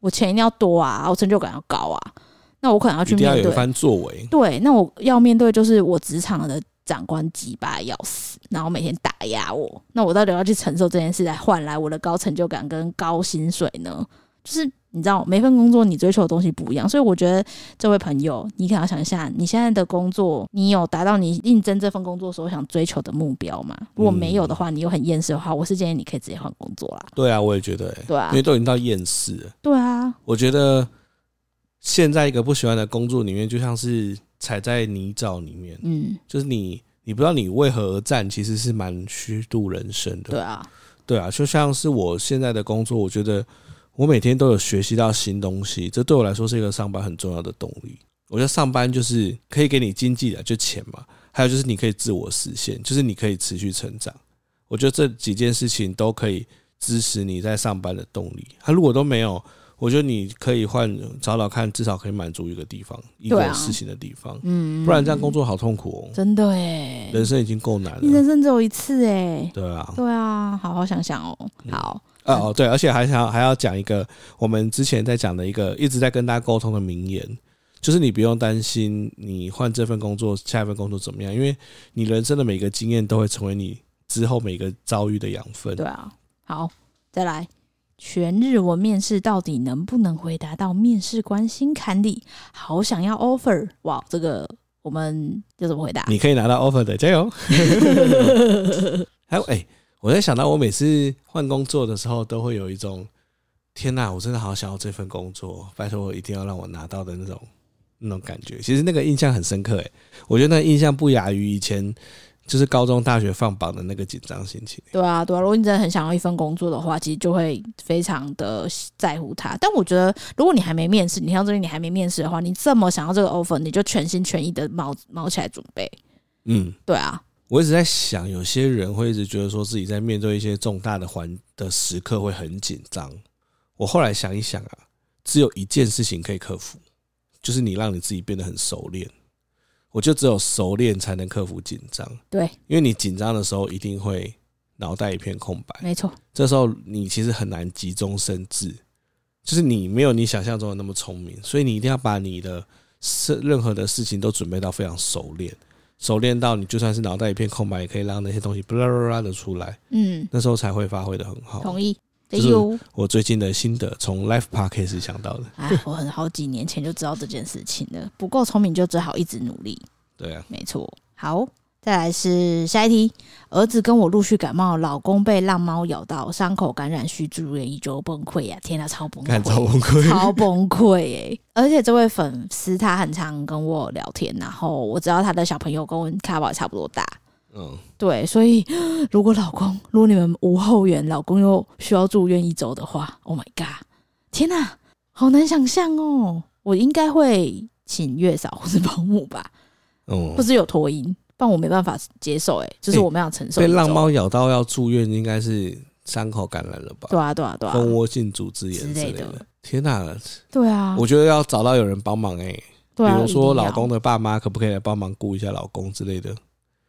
[SPEAKER 2] 我钱一定要多啊，我成就感要高啊，那我可能要
[SPEAKER 1] 一
[SPEAKER 2] 去
[SPEAKER 1] 定
[SPEAKER 2] 面
[SPEAKER 1] 要有一
[SPEAKER 2] 对。
[SPEAKER 1] 番作为。
[SPEAKER 2] 对，那我要面对就是我职场的长官鸡巴要死，然后每天打压我，那我到底要去承受这件事来换来我的高成就感跟高薪水呢？就是你知道，每份工作你追求的东西不一样，所以我觉得这位朋友，你可能要想一下，你现在的工作，你有达到你应征这份工作所想追求的目标吗？如果没有的
[SPEAKER 1] 嗯
[SPEAKER 2] 话，你又很厌世的话，我是建议你可以直接换工作啦。
[SPEAKER 1] 对啊，我也觉得、欸，
[SPEAKER 2] 对啊
[SPEAKER 1] 因为，都已经到厌世了。
[SPEAKER 2] 对啊，
[SPEAKER 1] 我觉得现在一个不喜欢的工作里面，就像是踩在泥沼里面，
[SPEAKER 2] 嗯，
[SPEAKER 1] 就是你你不知道你为何而战，其实是蛮虚度人生的。
[SPEAKER 2] 对啊，
[SPEAKER 1] 对啊，就像是我现在的工作，我觉得我每天都有学习到新东西，这对我来说是一个上班很重要的动力。我觉得上班就是可以给你经济的，就钱嘛，还有就是你可以自我实现，就是你可以持续成长。我觉得这几件事情都可以支持你在上班的动力。他如果都没有，我觉得你可以换找找看，至少可以满足一个地方、一
[SPEAKER 2] 对啊
[SPEAKER 1] 个事情的地方，
[SPEAKER 2] 嗯，
[SPEAKER 1] 不然这样工作好痛苦哦，
[SPEAKER 2] 真的哎、
[SPEAKER 1] 人生已经够难
[SPEAKER 2] 你人
[SPEAKER 1] 了。
[SPEAKER 2] 生只有一次哎、
[SPEAKER 1] 对啊，
[SPEAKER 2] 对啊，好好想想哦。好，
[SPEAKER 1] 哦哦，对，而且还想还要讲一个我们之前在讲的一个一直在跟大家沟通的名言，就是你不用担心你换这份工作、下一份工作怎么样，因为你人生的每个经验都会成为你之后每个遭遇的养分。
[SPEAKER 2] 对啊，好，再来。全日文面试到底能不能回答到面试官心坎里？好想要 offer！哇，这个我们要怎么回答？
[SPEAKER 1] 你可以拿到 offer 的，加油！还有，哎、我在想到我每次换工作的时候，都会有一种天哪、我真的好想要这份工作，拜托我一定要让我拿到的那种那种感觉。其实那个印象很深刻、哎，我觉得那印象不亚于以前就是高中、大学放榜的那个紧张心情。
[SPEAKER 2] 对啊，对啊，如果你真的很想要一份工作的话，其实就会非常的在乎它。但我觉得，如果你还没面试，你像这里你还没面试的话，你这么想要这个 offer，你就全心全意的卯卯起来准备。
[SPEAKER 1] 嗯，
[SPEAKER 2] 对啊，
[SPEAKER 1] 我一直在想，有些人会一直觉得说自己在面对一些重大的环的时刻会很紧张。我后来想一想啊，只有一件事情可以克服，就是你让你自己变得很熟练。我就只有熟练才能克服紧张，
[SPEAKER 2] 对，
[SPEAKER 1] 因为你紧张的时候一定会脑袋一片空白，
[SPEAKER 2] 没错，
[SPEAKER 1] 这时候你其实很难急中生智，就是你没有你想象中的那么聪明，所以你一定要把你的事任何的事情都准备到非常熟练，熟练到你就算是脑袋一片空白，也可以让那些东西巴拉巴拉的出来，
[SPEAKER 2] 嗯，
[SPEAKER 1] 那时候才会发挥的很好。
[SPEAKER 2] 同意。
[SPEAKER 1] 就
[SPEAKER 2] 对
[SPEAKER 1] 是
[SPEAKER 2] 哟，
[SPEAKER 1] 我最近的心得从 Life Podcast 想到的，
[SPEAKER 2] 哎，我很好几年前就知道这件事情了。不够聪明就只好一直努力，
[SPEAKER 1] 对啊，
[SPEAKER 2] 没错。好，再来是下一题。儿子跟我陆续感冒，老公被浪猫咬到，伤口感染，需住院一周，崩溃呀、啊天哪、超崩
[SPEAKER 1] 看超
[SPEAKER 2] 溃，
[SPEAKER 1] 崩溃，
[SPEAKER 2] 超崩溃哎、而且这位粉丝他很常跟我聊天，然后我知道他的小朋友跟卡宝差不多大，
[SPEAKER 1] 嗯，
[SPEAKER 2] 对，所以如果老公，如果你们无后援，老公又需要住院一周的话，Oh my god！天哪、好难想象哦。我应该会请月嫂或是保姆吧，
[SPEAKER 1] 哦
[SPEAKER 2] 或，是有托婴，不然我没办法接受、欸。就是
[SPEAKER 1] 欸
[SPEAKER 2] 我没有承受、
[SPEAKER 1] 被浪，猫咬到要住院，应该是伤口感染了吧？
[SPEAKER 2] 对啊，对啊，对啊，
[SPEAKER 1] 蜂窝性组织炎之
[SPEAKER 2] 之类
[SPEAKER 1] 类
[SPEAKER 2] 的
[SPEAKER 1] 的。天哪、
[SPEAKER 2] 对啊，
[SPEAKER 1] 我觉得要找到有人帮忙哎、
[SPEAKER 2] 对啊，
[SPEAKER 1] 比如
[SPEAKER 2] 一
[SPEAKER 1] 说
[SPEAKER 2] 定要
[SPEAKER 1] 老公，的爸妈可不可以来帮忙顾一下老公之类的？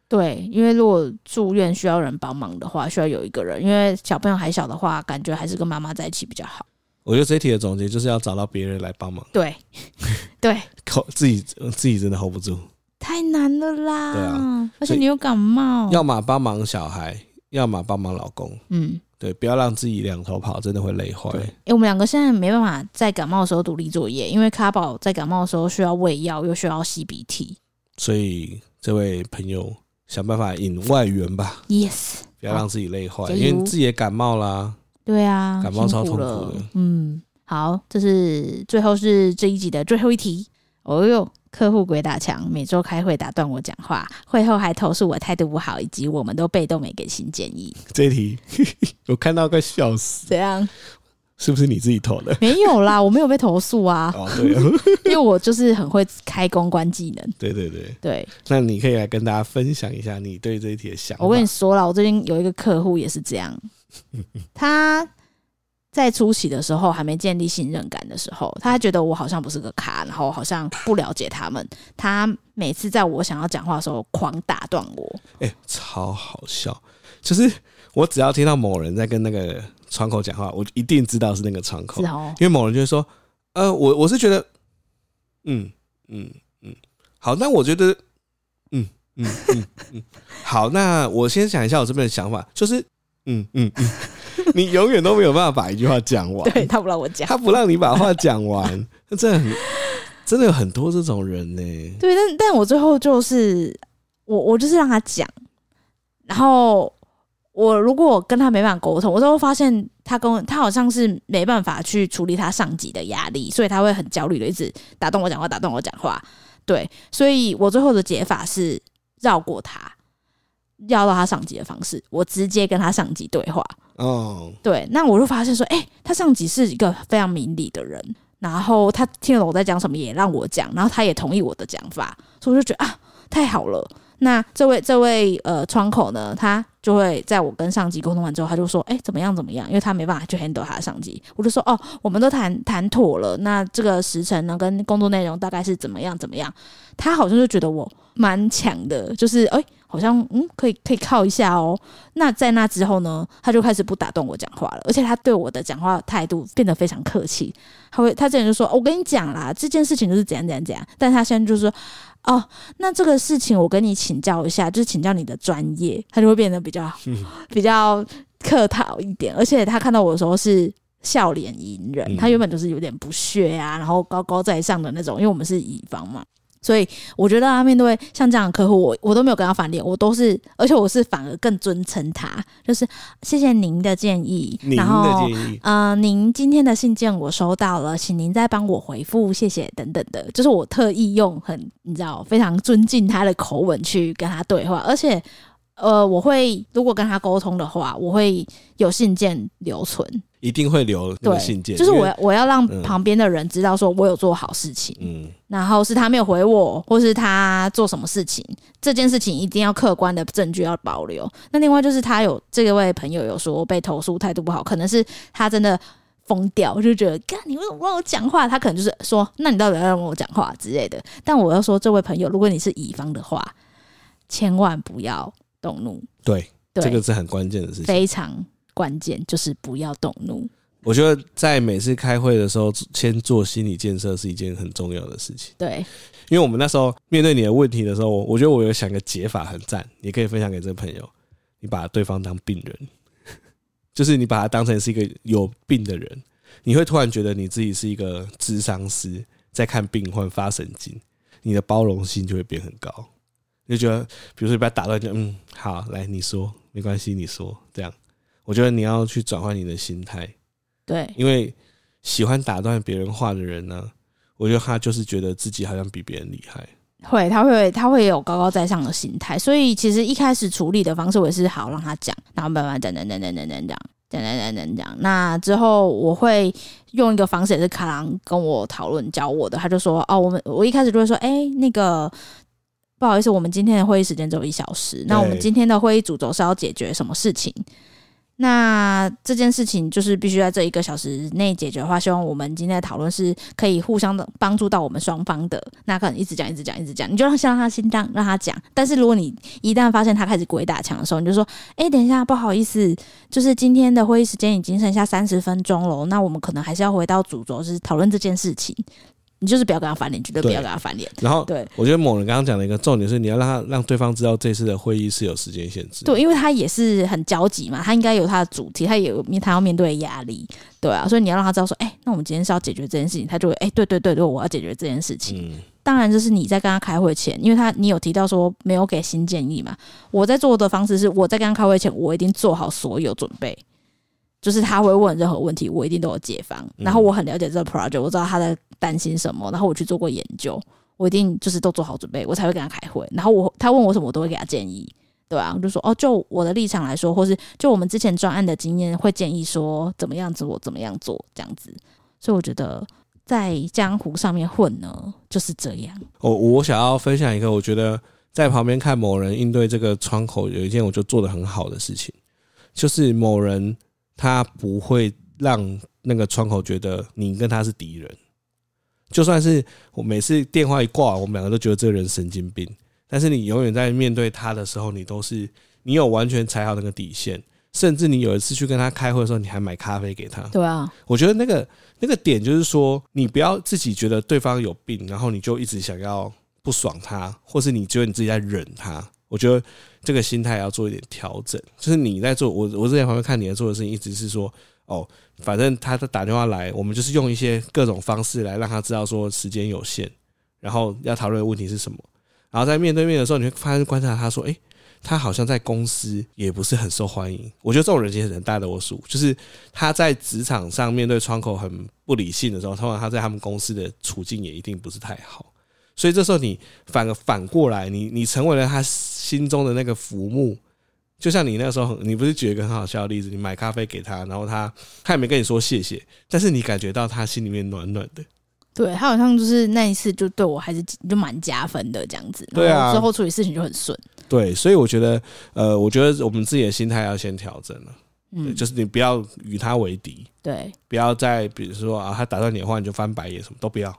[SPEAKER 2] 对，因为如果住院需要人帮忙的话，需要有一个人，因为小朋友还小的话，感觉还是跟妈妈在一起比较好。
[SPEAKER 1] 我觉得这一题的总结就是要找到别人来帮忙，
[SPEAKER 2] 对， <laughs> 对，
[SPEAKER 1] 靠自己自己真的 hold 不住，
[SPEAKER 2] 太难了啦，
[SPEAKER 1] 对啊，
[SPEAKER 2] 而且
[SPEAKER 1] 所以
[SPEAKER 2] 你又感冒，
[SPEAKER 1] 要么帮忙小孩，要么帮忙老公，
[SPEAKER 2] 嗯。
[SPEAKER 1] 对，不要让自己两头跑，真的会累坏。
[SPEAKER 2] 对，哎、我们两个现在没办法在感冒的时候独立作业，因为卡宝在感冒的时候需要喂药，又需要吸鼻涕。
[SPEAKER 1] 所以这位朋友想办法引外援吧，
[SPEAKER 2] Yes，
[SPEAKER 1] 不要让自己累坏，
[SPEAKER 2] 加油
[SPEAKER 1] 因为你自己也感冒啦。
[SPEAKER 2] 对啊，
[SPEAKER 1] 感冒超
[SPEAKER 2] 辛
[SPEAKER 1] 痛
[SPEAKER 2] 苦
[SPEAKER 1] 苦
[SPEAKER 2] 了
[SPEAKER 1] 的
[SPEAKER 2] 嗯，好，这是最后是这一集的最后一题。哦哟，客户鬼打墙，每周开会打断我讲话，会后还投诉我态度不好，以及我们都被动没给新建议。
[SPEAKER 1] 这一题 <laughs> 我看到快笑死，
[SPEAKER 2] 怎样？
[SPEAKER 1] 是不是你自己投的？
[SPEAKER 2] 没有啦，我没有被投诉啊，
[SPEAKER 1] <laughs> 哦，对哦，
[SPEAKER 2] 因为我就是很会开公关技能。
[SPEAKER 1] <laughs> 对对对，
[SPEAKER 2] 对，
[SPEAKER 1] 那你可以来跟大家分享一下你对这一题的想法。
[SPEAKER 2] 我跟你说了，我最近有一个客户也是这样，他在初期的时候还没建立信任感的时候，他觉得我好像不是个咖，然后好像不了解他们。他每次在我想要讲话的时候狂打断我，
[SPEAKER 1] 哎、超好笑！就是我只要听到某人在跟那个窗口讲话，我就一定知道是那个窗口，
[SPEAKER 2] 是哦，
[SPEAKER 1] 因为某人就会说：“呃，我我是觉得，嗯嗯嗯，好，那我觉得，嗯嗯嗯嗯，好，那我先讲一下我这边的想法，就是，嗯嗯嗯，你永远都没有办法把一句话讲完，
[SPEAKER 2] 对他不让我讲。
[SPEAKER 1] 他不让你把话讲完，那真的很，真的有很多这种人呢、
[SPEAKER 2] 对，但但我最后就是我我就是让他讲，然后我如果我跟他没办法沟通，我都会发现他跟我他好像是没办法去处理他上级的压力，所以他会很焦虑的一直打断我讲话，打断我讲话。对，所以我最后的解法是绕过他，绕到他上级的方式，我直接跟他上级对话。
[SPEAKER 1] 哦，
[SPEAKER 2] 对，那我就发现说，哎、他上级是一个非常明理的人，然后他听得懂我在讲什么，也让我讲，然后他也同意我的讲法，所以我就觉得啊，太好了。那这位这位呃窗口呢，他就会在我跟上级沟通完之后，他就说，哎、怎么样怎么样，因为他没办法去 handle 他的上级，我就说，哦，我们都谈谈妥了，那这个时辰呢，跟工作内容大概是怎么样怎么样，他好像就觉得我蛮强的，就是哎、好像嗯，可以可以靠一下哦，那在那之后呢，他就开始不打断我讲话了，而且他对我的讲话态度变得非常客气。他会，他之前就说、哦我跟你讲啦，这件事情就是怎样怎样怎样，但他现在就是说，哦，那这个事情我跟你请教一下，就是请教你的专业，他就会变得比较、比较客套一点，而且他看到我的时候是。笑脸迎人，
[SPEAKER 1] 嗯
[SPEAKER 2] 他原本就是有点不屑啊，然后高高在上的那种，因为我们是乙方嘛，所以我觉得他面对像这样的客户，我我都没有跟他翻脸，我都是，而且我是反而更尊称他，就是谢谢您的建议，
[SPEAKER 1] 您
[SPEAKER 2] 然
[SPEAKER 1] 的
[SPEAKER 2] 后
[SPEAKER 1] 建议，
[SPEAKER 2] 呃，您今天的信件我收到了，请您再帮我回复，谢谢等等的，就是我特意用很你知道非常尊敬他的口吻去跟他对话，而且呃，我会如果跟他沟通的话，我会有信件留存，
[SPEAKER 1] 一定会留那
[SPEAKER 2] 对
[SPEAKER 1] 个，信件，
[SPEAKER 2] 就是
[SPEAKER 1] 因为
[SPEAKER 2] 我要我要让
[SPEAKER 1] 嗯
[SPEAKER 2] 旁边的人知道说我有做好事情，
[SPEAKER 1] 嗯，
[SPEAKER 2] 然后是他没有回我，或是他做什么事情，这件事情一定要客观的证据要保留。那另外就是他有这位朋友有说被投诉态度不好，可能是他真的疯掉，就觉得干你为什么不让我讲话？他可能就是说，那你到底要让我讲话之类的。但我要说，这位朋友，如果你是乙方的话，千万不要动怒，
[SPEAKER 1] 对，
[SPEAKER 2] 对，
[SPEAKER 1] 这个是很关键的事情。
[SPEAKER 2] 非常关键，就是不要动怒。
[SPEAKER 1] 我觉得在每次开会的时候，先做心理建设是一件很重要的事情。
[SPEAKER 2] 对，
[SPEAKER 1] 因为我们那时候面对你的问题的时候，我我觉得我有想个解法，很赞，你可以分享给这个朋友。你把对方当病人， <laughs> 就是你把他当成是一个有病的人，你会突然觉得你自己是一个智商师，在看病患发神经，你的包容心就会变很高。你就觉得，比如说你把他打断，就嗯，好，来你说，没关系，你说这样。我觉得你要去转换你的心态，
[SPEAKER 2] 对，
[SPEAKER 1] 因为喜欢打断别人话的人呢、我觉得他就是觉得自己好像比别人厉害。
[SPEAKER 2] 会，他会，他会有高高在上的心态，所以其实一开始处理的方式，我也是好让他讲，然后慢慢讲讲讲讲讲讲讲讲讲讲讲讲。那之后我会用一个方式，也是卡郎跟我讨论教我的，他就说哦，我们我一开始就会说，哎、那个不好意思，我们今天的会议时间只有一小时，那我们
[SPEAKER 1] 对
[SPEAKER 2] 今天的会议主轴是要解决什么事情？那这件事情就是必须在这一个小时内解决的话，希望我们今天的讨论是可以互相的帮助到我们双方的。那可能一直讲，一直讲，一直讲，你就让先让他先当让他讲。但是如果你一旦发现他开始鬼打墙的时候，你就说：“哎、等一下，不好意思，就是今天的会议时间已经剩下三十分钟了，那我们可能还是要回到主轴，是讨论这件事情。”你就是不要跟他翻脸，绝对不
[SPEAKER 1] 对
[SPEAKER 2] 要跟他翻脸。
[SPEAKER 1] 然后，
[SPEAKER 2] 对
[SPEAKER 1] 我觉得某人刚刚讲的一个重点是，你要让他让对方知道这次的会议是有时间限制。
[SPEAKER 2] 对，因为他也是很焦急嘛，他应该有他的主题，他也有面他要面对的压力，对啊，所以你要让他知道说，哎、那我们今天是要解决这件事情，他就会，哎、对对对对，我要解决这件事情，
[SPEAKER 1] 嗯，
[SPEAKER 2] 当然就是你在跟他开会前，因为他你有提到说没有给新建议嘛，我在做的方式是我在跟他开会前，我一定做好所有准备。就是他会问任何问题，我一定都有解方。然后我很了解这个 project，我知道他在担心什么，然后我去做过研究，我一定就是都做好准备，我才会跟他开会。然后我他问我什么，我都会给他建议，对吧、我就说哦，就我的立场来说，或是就我们之前专案的经验，会建议说怎么样子，我怎么样做这样子。所以我觉得在江湖上面混呢，就是这样。
[SPEAKER 1] 我哦我想要分享一个，我觉得在旁边看某人应对这个窗口，有一件我就做的很好的事情，就是某人他不会让那个窗口觉得你跟他是敌人，就算是我每次电话一挂，我们两个都觉得这个人神经病，但是你永远在面对他的时候，你都是你有完全踩好那个底线，甚至你有一次去跟他开会的时候，你还买咖啡给他，
[SPEAKER 2] 对啊，
[SPEAKER 1] 我觉得那个那个点就是说，你不要自己觉得对方有病，然后你就一直想要不爽他，或是你觉得你自己在忍他。我觉得这个心态要做一点调整，就是你在做我我之前旁边看你在做的事情，一直是说哦，反正他他打电话来，我们就是用一些各种方式来让他知道说时间有限，然后要讨论的问题是什么。然后在面对面的时候，你会发现观察他说，诶、他好像在公司也不是很受欢迎。我觉得这种人其实很大的我数，就是他在职场上面对窗口很不理性的时候，通常他在他们公司的处境也一定不是太好。所以这时候你反而反过来，你你成为了他心中的那个浮木。就像你那个时候很，你不是举了一个很好笑的例子，你买咖啡给他，然后他他也没跟你说谢谢，但是你感觉到他心里面暖暖的。
[SPEAKER 2] 对他好像就是那一次就对我还是就蛮加分的这样子。
[SPEAKER 1] 对啊
[SPEAKER 2] 然后之后处理事情就很顺。
[SPEAKER 1] 对，所以我觉得，呃，我觉得我们自己的心态要先调整了，
[SPEAKER 2] 嗯，
[SPEAKER 1] 就是你不要与他为敌，
[SPEAKER 2] 对
[SPEAKER 1] 不要再比如说啊，他打断你的话你就翻白眼，什么都不要，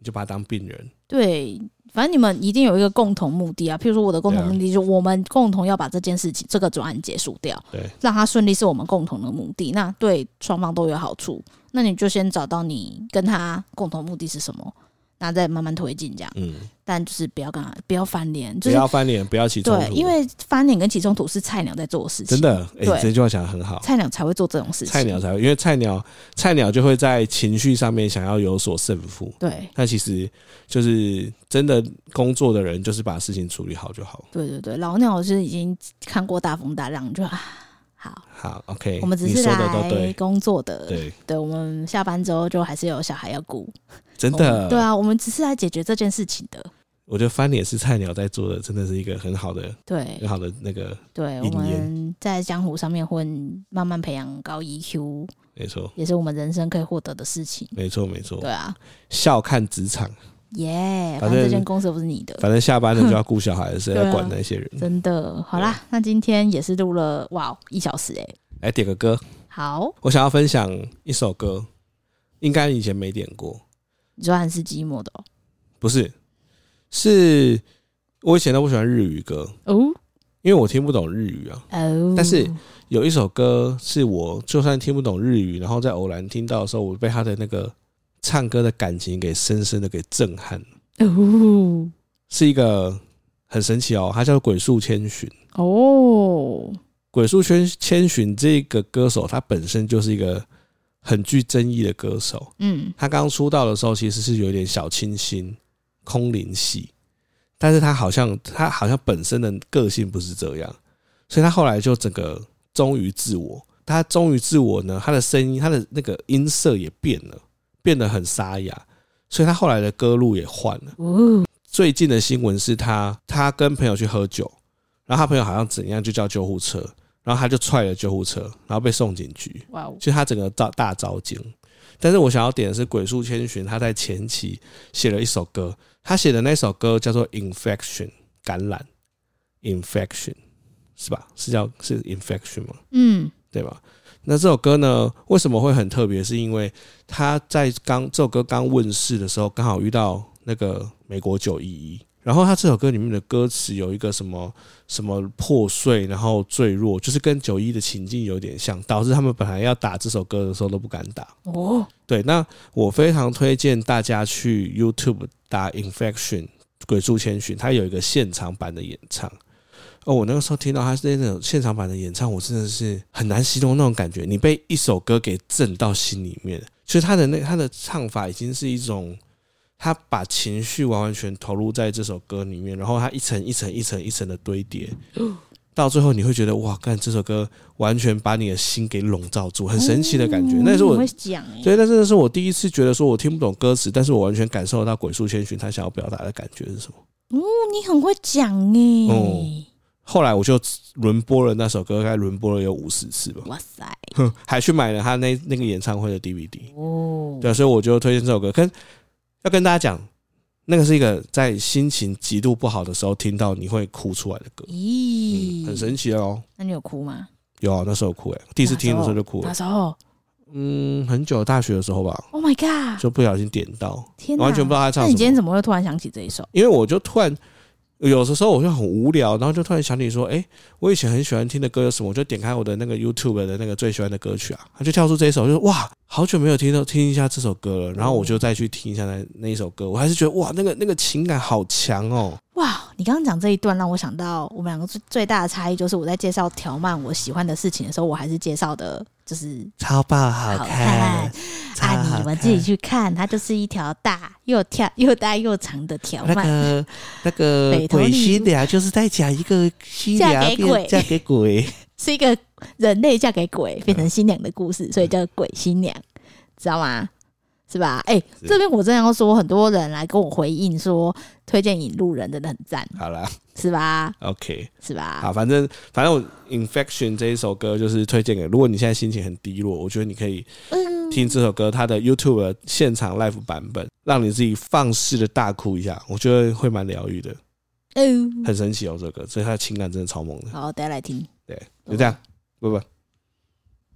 [SPEAKER 1] 你就把他当病人。
[SPEAKER 2] 对，反正你们一定有一个共同目的啊。譬如说我的共同
[SPEAKER 1] 对啊
[SPEAKER 2] 目的就是我们共同要把这件事情这个专案结束掉，
[SPEAKER 1] 对，
[SPEAKER 2] 让它顺利是我们共同的目的，那对双方都有好处。那你就先找到你跟他共同目的是什么，那再慢慢推进这样。
[SPEAKER 1] 嗯，
[SPEAKER 2] 但就是不要跟他不要翻脸，就
[SPEAKER 1] 不
[SPEAKER 2] 是
[SPEAKER 1] 要翻脸，不要起冲
[SPEAKER 2] 对，
[SPEAKER 1] 突。
[SPEAKER 2] 因为翻脸跟起冲突是菜鸟在做的事情，
[SPEAKER 1] 真的，哎、
[SPEAKER 2] 对
[SPEAKER 1] 这句话讲的很好。
[SPEAKER 2] 菜鸟才会做这种事情。
[SPEAKER 1] 菜鸟才会，因为菜鸟菜鸟就会在情绪上面想要有所胜负，
[SPEAKER 2] 对
[SPEAKER 1] 但其实就是真的工作的人，就是把事情处理好就好。
[SPEAKER 2] 对对对，老鸟就是已经看过大风大浪，就啊好，
[SPEAKER 1] 好，OK，
[SPEAKER 2] 我们只
[SPEAKER 1] 哎你
[SPEAKER 2] 是
[SPEAKER 1] 说的都
[SPEAKER 2] 来
[SPEAKER 1] 对，
[SPEAKER 2] 工作的，
[SPEAKER 1] 对，
[SPEAKER 2] 对，我们下班之后就还是有小孩要顾，
[SPEAKER 1] 真
[SPEAKER 2] 我
[SPEAKER 1] 的，
[SPEAKER 2] 们对，啊，我们只是来解决这件事情的，
[SPEAKER 1] 我觉得翻脸是菜鸟在做的，真的是一个很好的、
[SPEAKER 2] 对
[SPEAKER 1] 很好的那个，
[SPEAKER 2] 对，我
[SPEAKER 1] 呃引言
[SPEAKER 2] 们在江湖上面混，慢慢培养高 EQ，
[SPEAKER 1] 没错，
[SPEAKER 2] 也是我们人生可以获得的事情，
[SPEAKER 1] 没错，没错
[SPEAKER 2] 对。啊，
[SPEAKER 1] 笑看职场，
[SPEAKER 2] 耶、
[SPEAKER 1] 哦反
[SPEAKER 2] 反正这
[SPEAKER 1] 正
[SPEAKER 2] 间公司又不是你的，
[SPEAKER 1] 反正下班了就要顾小孩，谁
[SPEAKER 2] <laughs> 对
[SPEAKER 1] 在
[SPEAKER 2] 啊
[SPEAKER 1] 管那些人？
[SPEAKER 2] 真的，好啦，那今天也是录了哇一小时哎、
[SPEAKER 1] 来点个歌，
[SPEAKER 2] 好，
[SPEAKER 1] 我想要分享一首歌，应该以前没点过，
[SPEAKER 2] 你说韩式寂寞的哦
[SPEAKER 1] 不是，是我以前都不喜欢日语歌，
[SPEAKER 2] 哦
[SPEAKER 1] 因为我听不懂日语啊。
[SPEAKER 2] 哦，
[SPEAKER 1] 但是有一首歌是我就算听不懂日语，然后在偶然听到的时候，我被他的那个唱歌的感情给深深的给震撼，
[SPEAKER 2] 哦
[SPEAKER 1] 是一个很神奇哦，它叫《鬼宿千寻》。
[SPEAKER 2] 哦，
[SPEAKER 1] 鬼宿千千寻这个歌手，他本身就是一个很具争议的歌手。
[SPEAKER 2] 嗯
[SPEAKER 1] 他刚出道的时候其实是有点小清新、空灵系，但是他好像他好像本身的个性不是这样，所以他后来就整个忠于自我。他忠于自我呢，他的声音、他的那个音色也变了，变得很沙哑，所以他后来的歌路也换了。
[SPEAKER 2] 哦
[SPEAKER 1] 最近的新闻是他他跟朋友去喝酒，然后他朋友好像怎样就叫救护车，然后他就踹了救护车，然后被送警局。
[SPEAKER 2] 哇哦，
[SPEAKER 1] 就他整个大大招惊。但是我想要点的是鬼宿千寻，他在前期写了一首歌，他写的那首歌叫做《Infection》感染，Infection 是吧？是叫是 Infection 吗？
[SPEAKER 2] 嗯
[SPEAKER 1] 对吧？那这首歌呢，为什么会很特别？是因为他在刚这首歌刚问世的时候，刚好遇到那个美国九一一，然后他这首歌里面的歌词有一个什么什么破碎，然后坠落，就是跟九一的情境有点像，导致他们本来要打这首歌的时候都不敢打。
[SPEAKER 2] 哦
[SPEAKER 1] 对，那我非常推荐大家去 YouTube 打 Infection 鬼畜千寻，它有一个现场版的演唱。哦，我那个时候听到他是那种现场版的演唱，我真的是很难形容那种感觉。你被一首歌给震到心里面，就是他的那他的唱法已经是一种他把情绪完完全投入在这首歌里面，然后他一层一层一层一层的堆叠，到最后你会觉得哇，干这首歌完全把你的心给笼罩住，很神奇的感觉。
[SPEAKER 2] 哦
[SPEAKER 1] 那是我
[SPEAKER 2] 你会讲哎、
[SPEAKER 1] 对，但真的是我第一次觉得说我听不懂歌词，但是我完全感受到鬼畜千寻他想要表达的感觉是什么。
[SPEAKER 2] 哦你很会讲哎、
[SPEAKER 1] 哦后来我就轮播了那首歌，大概轮播了有五十次吧，
[SPEAKER 2] 哇塞，
[SPEAKER 1] 还去买了他那那个演唱会的 DVD。
[SPEAKER 2] 哦，
[SPEAKER 1] 对，所啊以我就推荐这首歌。跟要跟大家讲，那个是一个在心情极度不好的时候听到你会哭出来的歌，
[SPEAKER 2] 咦、
[SPEAKER 1] 很神奇哦。
[SPEAKER 2] 那你有哭吗？
[SPEAKER 1] 有啊，那时候有哭哎、第一次听的时候就哭了
[SPEAKER 2] 那。时候
[SPEAKER 1] 嗯，很久大学的时候吧，
[SPEAKER 2] ，Oh my god，
[SPEAKER 1] 就不小心点到，
[SPEAKER 2] 天哪，
[SPEAKER 1] 完全不知道他唱
[SPEAKER 2] 那
[SPEAKER 1] 什
[SPEAKER 2] 你
[SPEAKER 1] 么。
[SPEAKER 2] 今天怎么会突然想起这一首？
[SPEAKER 1] 因为我就突然有的时候我就很无聊，然后就突然想起说，哎、我以前很喜欢听的歌有什么？我就点开我的那个 YouTube 的那个最喜欢的歌曲啊，他就跳出这一首，就说哇，好久没有听到听一下这首歌了，然后我就再去听一下那那一首歌，我还是觉得哇，那个那个情感好强哦，
[SPEAKER 2] 哇，你刚刚讲这一段让我想到，我们两个最最大的差异就是我在介绍条漫我喜欢的事情的时候，我还是介绍的就是
[SPEAKER 1] 超爆好
[SPEAKER 2] 看，
[SPEAKER 1] 超好
[SPEAKER 2] 啊，
[SPEAKER 1] 看
[SPEAKER 2] 你们自己去看，它就是一条大又跳又大又长的条
[SPEAKER 1] 那
[SPEAKER 2] 漫。
[SPEAKER 1] 个 <laughs> 那个
[SPEAKER 2] 北投
[SPEAKER 1] 鬼
[SPEAKER 2] 里
[SPEAKER 1] 新娘就是在讲一个新
[SPEAKER 2] 嫁
[SPEAKER 1] 娘
[SPEAKER 2] 给
[SPEAKER 1] 变
[SPEAKER 2] 鬼
[SPEAKER 1] 嫁给鬼，
[SPEAKER 2] 是一个人类嫁给鬼变成新娘的故事，所以叫鬼新娘，知道吗？是吧？哎、
[SPEAKER 1] 是
[SPEAKER 2] 这边我真的要说，很多人来跟我回应说，推荐引路人真的很赞，
[SPEAKER 1] 好啦
[SPEAKER 2] 是吧？
[SPEAKER 1] ，OK。
[SPEAKER 2] 是吧？
[SPEAKER 1] 好，反正反正我《Infection》这一首歌就是推荐给，如果你现在心情很低落，我觉得你可以
[SPEAKER 2] 嗯，
[SPEAKER 1] 听这首歌它的 YouTube 的现场 live 版本，让你自己放肆的大哭一下，我觉得会蛮疗愈的，
[SPEAKER 2] 嗯，
[SPEAKER 1] 很神奇哦，这个，所以它的情感真的超猛的。
[SPEAKER 2] 好，大家来听。
[SPEAKER 1] 对，就这样，拜拜。